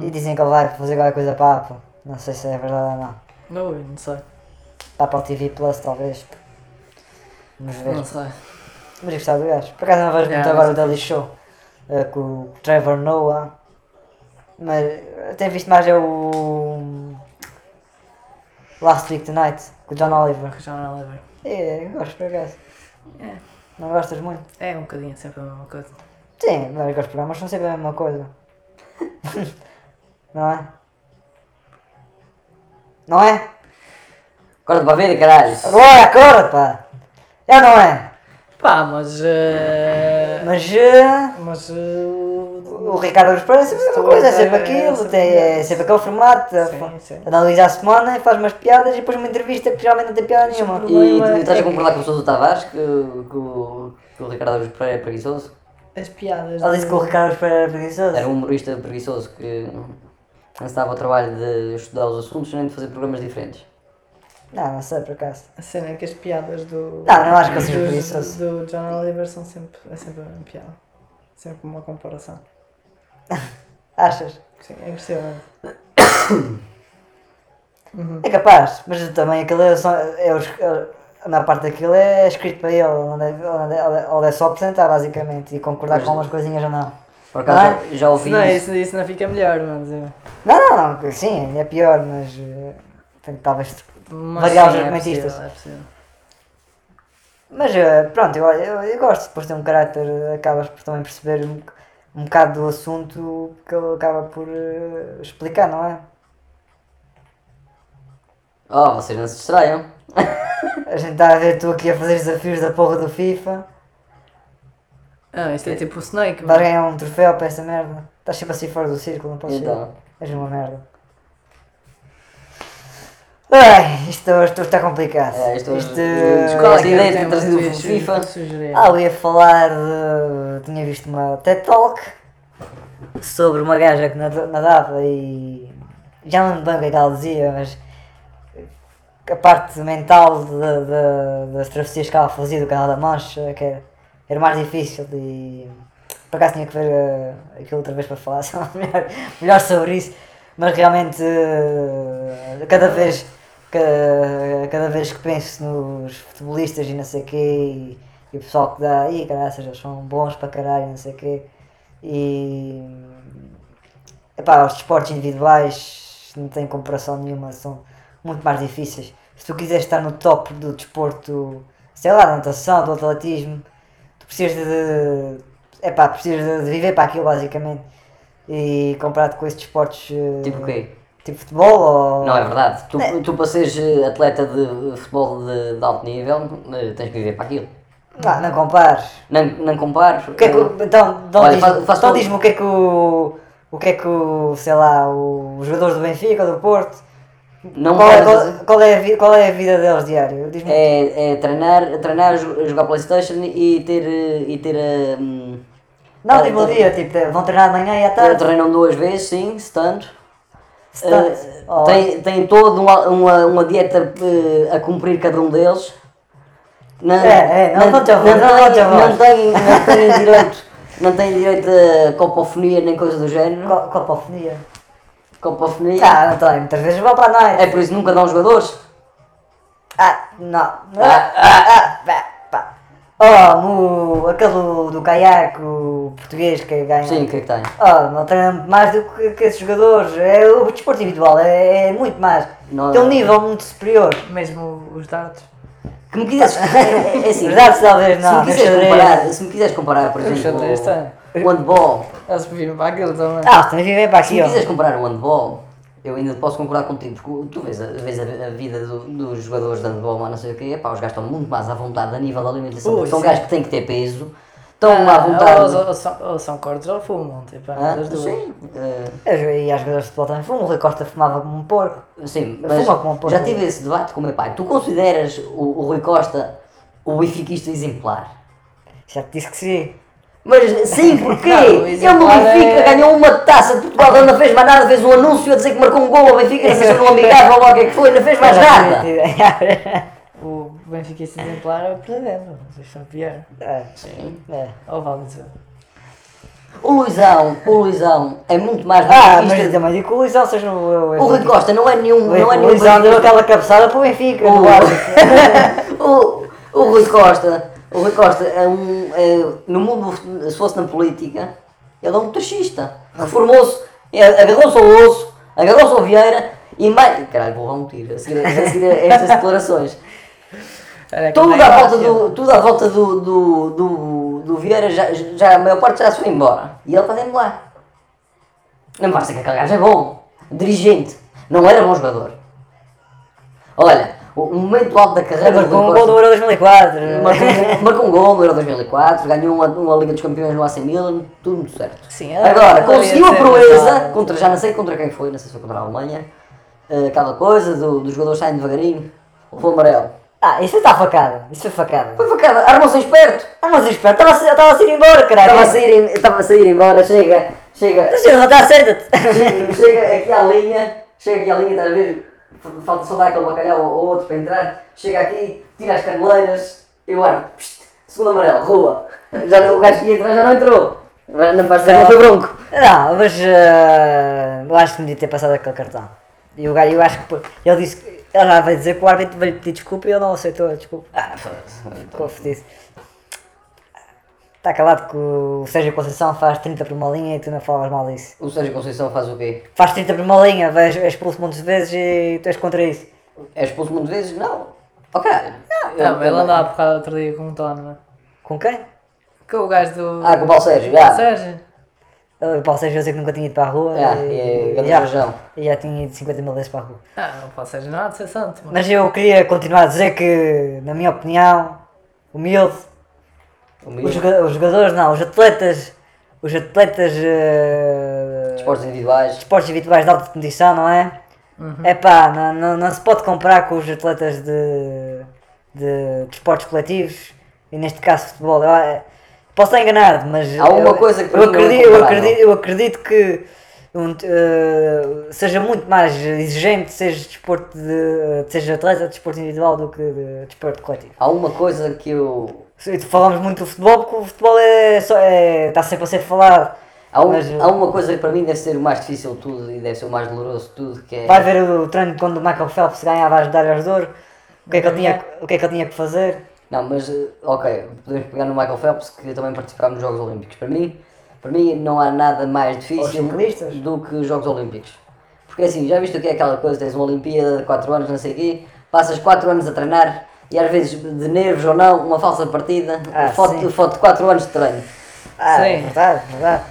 Speaker 2: e dizem que ele vai fazer qualquer coisa para a Apple. Não sei se é verdade ou não.
Speaker 3: Não, eu não sei.
Speaker 2: Para a Apple TV Plus talvez. Vamos ver.
Speaker 3: Não sei.
Speaker 2: Mas eu gostava do gajo. Por acaso não vejo muito
Speaker 3: Yeah,
Speaker 2: agora o
Speaker 3: mas-
Speaker 2: Daily Show eh, com o Trevor Noah. Mas eu tenho visto mais é o Last Week Tonight com o John Oliver.
Speaker 3: Já não lembro.
Speaker 2: É, eu gosto por acaso.
Speaker 3: É.
Speaker 2: Não gostas muito?
Speaker 3: É um bocadinho sempre a mesma coisa.
Speaker 2: Sim, mas aqueles programas são sempre a mesma coisa. Não é? Não é?
Speaker 1: Acorda para ver, caralho.
Speaker 2: Agora, acorda, pá! Já não é?
Speaker 3: Pá, mas. eh,
Speaker 2: Mas eh,
Speaker 3: mas. eh,
Speaker 2: o Ricardo dos Pereira é sempre a mesma coisa, é sempre aquilo, tem, é sempre aquele formato.
Speaker 3: Sim,
Speaker 2: fa-
Speaker 3: sim.
Speaker 2: Analisa a semana e faz umas piadas e depois uma entrevista que geralmente não tem piada nenhuma.
Speaker 1: E tu estás a concordar com o Sousa Tavares que, que, o- que o Ricardo Alves Pereira é preguiçoso?
Speaker 3: As piadas.
Speaker 2: Ela disse que o Ricardo dos Pereira era
Speaker 1: Era
Speaker 2: preguiçoso.
Speaker 1: um humorista preguiçoso que não se dava ao trabalho de estudar os assuntos nem de fazer programas diferentes.
Speaker 2: Não, não sei por acaso.
Speaker 3: A cena é que as piadas do.
Speaker 2: Ah, Não, não acho que eu seja
Speaker 3: dos-
Speaker 2: preguiçoso.
Speaker 3: Do John Oliver são sempre. É sempre uma piada. Sempre uma comparação.
Speaker 2: Achas?
Speaker 3: Sim, é impressionante.
Speaker 2: É capaz, mas também aquilo é, só- é os- é- a maior parte daquilo é escrito para ele, onde é, onde é- onde é só apresentar basicamente e concordar com algumas coisinhas ou não.
Speaker 1: Por acaso
Speaker 2: Não é?
Speaker 1: já- já ouvi
Speaker 3: Não,
Speaker 1: isso.
Speaker 3: isso, isso não fica melhor, mano.
Speaker 2: Não, não, não, sim, é pior, mas eh, tem que talvez.
Speaker 3: Mas
Speaker 2: Variar os
Speaker 3: sim, é
Speaker 2: argumentistas.
Speaker 3: possível, é possível.
Speaker 2: Mas eh, pronto, eu, eu, eu gosto, depois tem um caráter, eh, acabas por também perceber um, um bocado do assunto que ele acaba por eh, explicar, não é?
Speaker 1: Oh, vocês não se distraiam.
Speaker 2: A gente está a ver tu aqui a fazer desafios da porra do FIFA,
Speaker 3: Ah, isto é tipo o Snake,
Speaker 2: vais
Speaker 3: mano.
Speaker 2: ganhar um troféu para esta merda. Estás sempre assim fora do círculo, não podes ser.
Speaker 1: Então.
Speaker 2: És uma merda. Ai, isto, isto está complicado.
Speaker 1: É, isto
Speaker 2: Isto-
Speaker 1: Qual é a
Speaker 3: que
Speaker 1: ideia
Speaker 3: era
Speaker 1: de ter
Speaker 3: o tema
Speaker 1: trazido
Speaker 3: que
Speaker 1: o
Speaker 3: tu
Speaker 1: FIFA?
Speaker 3: sugerir?
Speaker 2: Ah, eu ia falar de. Tinha visto uma TED Talk sobre uma gaja que nada- nadava e. Já não me lembro o que é que ela dizia, mas. A parte mental de- de- das travessias que ela fazia do canal da Mancha, que era, era mais difícil e. Por acaso tinha que ver eh, aquilo outra vez para falar só melhor, melhor sobre isso, mas realmente eh, cada vez. Cada, cada vez que penso nos futebolistas e não sei o quê, e, e o pessoal que dá, e caraças, eles são bons para caralho, não sei o quê, e. Epá, os desportos individuais não têm comparação nenhuma, são muito mais difíceis. Se tu quiseres estar no top do desporto, sei lá, da natação, do atletismo, tu precisas de. Epá, precisas de, de viver para aquilo, basicamente. E comparado com esses desportos. eh,
Speaker 1: Tipo o quê?
Speaker 2: Tipo futebol ou.
Speaker 1: Não é verdade. Tu, tu para seres eh, atleta de futebol de, de alto nível, eh, tens que viver para aquilo.
Speaker 2: Não, não compares.
Speaker 1: Não, não compares. eh,
Speaker 2: O que é que, o- então, então
Speaker 1: Olha,
Speaker 2: diz-me
Speaker 1: faz- faz
Speaker 2: então
Speaker 1: tu-
Speaker 2: diz-me o que é que o. O que é que o. sei lá, o- os jogadores do Benfica, do Porto.
Speaker 1: Não
Speaker 2: qual, é,
Speaker 1: podes-
Speaker 2: qual, qual é a vi- qual é a vida deles diário? Diz-me.
Speaker 1: É, é treinar, treinar, jo- jogar Playstation e ter... eh, E ter eh, hum,
Speaker 2: não,
Speaker 1: eh,
Speaker 2: tipo o
Speaker 1: tre-
Speaker 2: dia, tipo, vão treinar amanhã e à
Speaker 1: tre-
Speaker 2: tarde.
Speaker 1: Treinam duas vezes, sim, se tanto.
Speaker 2: se tanto.
Speaker 1: Eh,
Speaker 2: Oh,
Speaker 1: tem, tem toda uma, uma, uma dieta eh, a cumprir cada um deles. Não,
Speaker 2: É, é, não dou-te a voz, não
Speaker 1: têm-
Speaker 2: dou-te a voz.
Speaker 1: não têm- não têm direito, não têm direito a copofonia nem coisa do género.
Speaker 2: co- Copofonia.
Speaker 1: Copofonia.
Speaker 2: Ah, António, muitas vezes vão para nós.
Speaker 1: É por isso que nunca dão jogadores.
Speaker 2: Ah, não. Ah, ah, pá, pá. Oh, o, aquele do, do caiaque, o português que ganha.
Speaker 1: Sim, o que é que tem?
Speaker 2: Oh, não treina muito mais do que, que esses jogadores. É o desporto individual, é, é muito mais.
Speaker 1: Não-
Speaker 2: Tem um nível muito superior.
Speaker 3: Mesmo os dardos.
Speaker 1: Que me quisesses. É, é assim,
Speaker 2: Verdade, talvez
Speaker 1: se,
Speaker 2: não.
Speaker 1: me quiseres
Speaker 2: xadrez.
Speaker 1: comparar, se me quiseres comparar, por
Speaker 3: O
Speaker 1: exemplo,
Speaker 3: xadrez tem.
Speaker 1: o handball,
Speaker 3: Eles viram para aquilo também.
Speaker 2: Ah, também vivem
Speaker 1: se
Speaker 2: para aqui,
Speaker 1: me
Speaker 2: ó.
Speaker 1: quiseres comparar o handball, eu ainda posso concordar contigo, porque tu vês a, vês a, a vida do- dos jogadores de handball, mas não sei o quê, pá, os gajos estão muito mais à vontade a nível da alimentação,
Speaker 3: Ui,
Speaker 1: porque são
Speaker 3: sim.
Speaker 1: gajos que têm que ter peso,
Speaker 2: um
Speaker 1: estão à vontade.
Speaker 3: Ah, Ou, ou são, ou são cortes ou fumam, tipo,
Speaker 1: Hã?
Speaker 3: ah, das duas.
Speaker 1: sim, eh,
Speaker 2: E às vezes de futebol também fumam. O Rui Costa fumava como um porco.
Speaker 1: sim,
Speaker 2: Eu
Speaker 1: mas
Speaker 2: fumo como um porco.
Speaker 1: já tive esse debate com o meu pai. Tu consideras o, o Rui Costa o benfiquista exemplar?
Speaker 2: Já te disse que sim.
Speaker 1: Mas sim, porquê?
Speaker 3: Não, o
Speaker 1: ele no
Speaker 3: exemplar é-
Speaker 1: Benfica ganhou uma taça de Portugal, ele não fez mais nada, fez um anúncio a dizer que marcou um gol ao Benfica, não sei se foi um amigável ou lá o que é que foi, não fez mais nada.
Speaker 3: O Benfica esse exemplar é o presidente, vocês são pior.
Speaker 2: É,
Speaker 1: Sim.
Speaker 2: é.
Speaker 3: Ou vale dizer.
Speaker 1: O Luizão, o Luizão é muito mais
Speaker 2: Ah, mas
Speaker 1: benfiquista.
Speaker 2: também digo que o Luizão seja o.
Speaker 1: o Rui Costa não é nenhum,
Speaker 2: Não
Speaker 1: não é
Speaker 2: o
Speaker 1: nenhum
Speaker 2: Luizão deu
Speaker 1: benfiquista.
Speaker 2: aquela cabeçada para o Benfica. do árbitro.
Speaker 1: o, o, o Rui Costa, o Rui Costa é um, é, no mundo, do fute- se fosse na política, ele é um taxista. Reformou-se, é, agarrou-se ao osso, agarrou-se ao Vieira e mais. Caralho, vou levar um tiro a seguir, a seguir a estas declarações.
Speaker 3: Era aquilo
Speaker 1: Tudo
Speaker 3: da
Speaker 1: à volta
Speaker 3: Croácia.
Speaker 1: do, tudo à volta do, do, do, do Vieira, já, já, a maior parte já se foi embora. E ele fazendo lá. Não me parece que aquele gajo é bom. Dirigente. Não era bom jogador. Olha, o o momento alto da carreira do Rui
Speaker 2: Agora, com o um gol
Speaker 1: Costa-
Speaker 2: do Euro 2004.
Speaker 1: marcou, um- marcou um gol no Euro 2004, ganhou uma, uma Liga dos Campeões no AC Milan, tudo muito certo.
Speaker 3: Sim, ela-
Speaker 1: Agora,
Speaker 3: ela
Speaker 1: conseguiu
Speaker 3: ia
Speaker 1: a
Speaker 3: ser
Speaker 1: proeza,
Speaker 3: verdade.
Speaker 1: contra, já não sei contra quem foi, não sei se foi contra a Alemanha, eh, aquela coisa do- dos jogadores saem devagarinho, levou amarelo.
Speaker 2: Ah, isso está facada. Isso foi facada.
Speaker 1: Foi facada, armou-se um esperto.
Speaker 2: Ah, mas espera, estava a ser- estava a sair embora,
Speaker 1: Estava
Speaker 2: caralho.
Speaker 1: Então a sair, estava a sair embora, chega, chega,
Speaker 2: Deixa eu tá rodar, senta-te.
Speaker 1: chega, chega aqui à linha, chega aqui à linha, estás a ver? F- Falta só dar aquele bacalhau ou outro para entrar, chega aqui, tira as caneleiras, eu armo, psst, segundo amarelo, rua. Já, o gajo que ia entrar já não entrou. Não faz já foi bronco.
Speaker 2: Não, mas eh, eu acho que me devia ter passado aquele cartão. E o gajo, eu acho que. pô, Ele disse. que- Ele já vai dizer que o árbitro vai lhe pedir desculpa e ele não aceitou a desculpa. Ah, ficou fedido. Está calado que o Sérgio Conceição faz 30 por uma linha e tu não falas mal disso.
Speaker 1: O Sérgio Conceição faz o quê?
Speaker 2: Faz 30 por uma linha, vais, és expulso muitas vezes e tu és contra isso.
Speaker 1: É expulso muitas vezes? Não. Ok. Então, Não,
Speaker 3: Não, ele andava a porrada outro dia com um tono, né?
Speaker 2: Com quem?
Speaker 3: Que o gajo do.
Speaker 1: Ah, com o Paulo Sérgio, já.
Speaker 3: Sérgio.
Speaker 2: Ele, O Paulo Sérgio dizia que nunca tinha ido para a rua.
Speaker 1: Já, é,
Speaker 2: Ah, e,
Speaker 1: grande
Speaker 2: já,
Speaker 1: rajão.
Speaker 2: e já tinha ido 50 mil vezes para a rua.
Speaker 3: Ah, o Paulo Sérgio não há de ser santo, mano.
Speaker 2: Mas eu queria continuar a dizer que, na minha opinião, humilde, os,
Speaker 1: Humilde.
Speaker 2: joga- os jogadores não, os atletas, os atletas eh,
Speaker 1: Esportes individuais.
Speaker 2: esportes habituais de alta competição, não é?
Speaker 1: Uhum.
Speaker 2: É pá, não, não, não se pode comparar com os atletas de, de, de esportes coletivos e neste caso futebol. Eu, eh, posso estar enganado, mas
Speaker 1: Há uma
Speaker 2: eu,
Speaker 1: coisa que
Speaker 2: eu
Speaker 1: para mim não é
Speaker 2: acredito, eu
Speaker 1: comparável.
Speaker 2: acredito, eu acredito que um, eh, seja muito mais exigente seja desporto de, eh, seja atleta de desporto individual do que de desporto coletivo.
Speaker 1: Há uma coisa que eu.
Speaker 2: Se- Falamos muito do futebol porque o futebol é só, é, está sempre a ser falado.
Speaker 1: Há, um-
Speaker 2: Mas, eh,
Speaker 1: há uma coisa que para mim deve ser o mais difícil de tudo e deve ser o mais doloroso de tudo, que é.
Speaker 2: Vai ver o treino quando o Michael Phelps ganhava as medalhas de ouro. O que, é que ele tinha, o que é que ele tinha que fazer?
Speaker 1: Não, mas eh, ok, podemos pegar no Michael Phelps que também participava nos Jogos Olímpicos. Para mim, para mim não há nada mais difícil
Speaker 2: ciclistas?
Speaker 1: do que os Jogos Olímpicos. Porque assim, já viste o que é aquela coisa, tens uma Olimpíada de 4 anos, não sei o quê, passas 4 anos a treinar e às vezes de nervos ou não, uma falsa partida,
Speaker 2: Ah,
Speaker 1: foto,
Speaker 2: sim.
Speaker 1: foto de 4 anos de treino.
Speaker 2: Ah,
Speaker 3: Sim.
Speaker 2: é verdade, é verdade.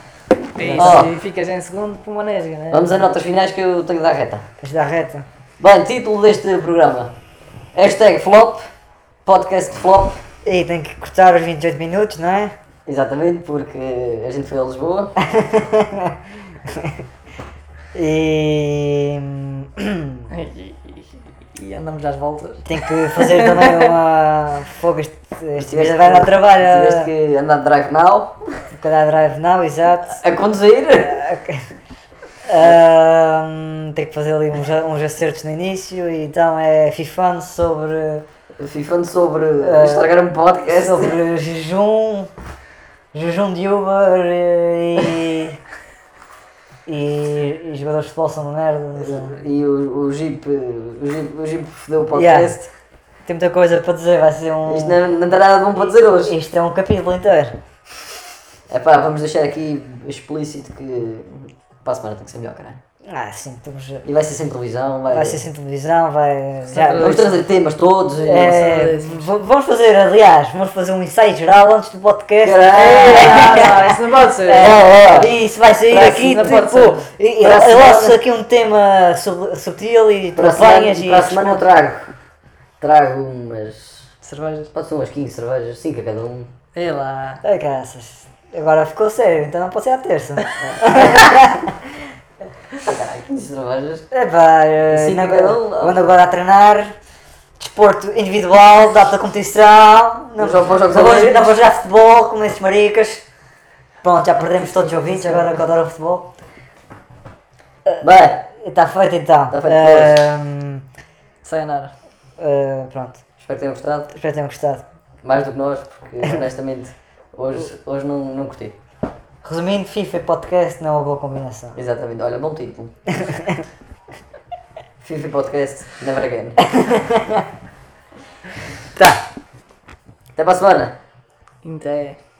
Speaker 3: E,
Speaker 1: Oh.
Speaker 3: e ficas em segundo por uma nesga, né?
Speaker 1: Vamos a notas finais que eu tenho de dar reta.
Speaker 2: Mas dá reta.
Speaker 1: Bem, título deste programa. Hashtag flop, podcast flop,
Speaker 2: E tem que cortar os 28 minutos, não é?
Speaker 1: exatamente, porque a gente foi a Lisboa.
Speaker 2: E hum,
Speaker 3: E, e- e andamos às voltas.
Speaker 2: tem que fazer também uma fogo. Este, este gajo
Speaker 1: Tiveste
Speaker 2: vai dar
Speaker 1: que-
Speaker 2: trabalho.
Speaker 1: Tiveste
Speaker 2: a-
Speaker 1: que andar de drive now,
Speaker 2: Porque dá drive now, exato.
Speaker 1: a conduzir.
Speaker 2: Ahm, Ah, hum, tem que fazer ali uns, uns acertos no início. E então é fifando sobre
Speaker 1: Fifando sobre uh, estragar um
Speaker 2: É
Speaker 1: podcast.
Speaker 2: sobre jejum, jejum de Uber e. e, e jogadores de futebol são merda. eh,
Speaker 1: E o, o Jeep, o Jeep, o Jeep fodeu o
Speaker 2: Yeah.
Speaker 1: podcast.
Speaker 2: Tem muita coisa para dizer, vai ser um.
Speaker 1: Isto não, não dá nada de bom para dizer hoje.
Speaker 2: Isto é um capítulo inteiro.
Speaker 1: Epá, vamos deixar aqui explícito que para a semana tem que ser melhor, caralho.
Speaker 2: Ah, sim, temos.
Speaker 1: E vai ser sem televisão, vai,
Speaker 2: Vai ser sem televisão, vai.
Speaker 3: Sem
Speaker 2: Já,
Speaker 1: Vamos trazer temas todos. e-
Speaker 2: é, v- vamos fazer, aliás, vamos fazer um ensaio geral antes do podcast.
Speaker 1: Caralho!
Speaker 3: Ah, isso não pode ser.
Speaker 2: É, e isso vai sair
Speaker 3: Para a
Speaker 2: aqui,
Speaker 3: semana pode
Speaker 2: tipo,
Speaker 3: ser.
Speaker 2: e- eu,
Speaker 1: Para a
Speaker 2: eu
Speaker 1: semana-
Speaker 2: lanço aqui um tema sub- subtil e tu
Speaker 1: Para a semana,
Speaker 2: apanhas e
Speaker 1: para a semana eu trago. Trago umas.
Speaker 3: Cervejas.
Speaker 1: Pode ser umas 15 cervejas, 5 a cada um.
Speaker 3: Ei lá.
Speaker 2: Ai, é graças. Agora ficou sério, então não pode ser à terça.
Speaker 1: Caralho, 15 cervejas.
Speaker 2: Epá, eh,
Speaker 1: Sim,
Speaker 2: não-
Speaker 1: não, não.
Speaker 2: eu ando agora a treinar, desporto individual, data competição, não,
Speaker 1: Jogo para os Jogos
Speaker 2: não vou,
Speaker 1: Olímpicos.
Speaker 2: não vou jogar futebol como esses maricas. Pronto, já perdemos todos os ouvintes agora é que adoram futebol.
Speaker 1: Bem,
Speaker 2: Está feito então.
Speaker 1: Tá feito,
Speaker 2: Ehm,
Speaker 3: Sayonara.
Speaker 2: eh, pronto,
Speaker 1: espero que tenham gostado.
Speaker 2: espero que tenham gostado.
Speaker 1: Mais do que nós, porque honestamente hoje, hoje não, não curti.
Speaker 2: Resumindo, FIFA e podcast não é uma boa combinação.
Speaker 1: Exatamente, olha, bom título. FIFA Podcast Never Again. Tá.
Speaker 2: Tá.
Speaker 1: Até para a semana!
Speaker 3: Inte.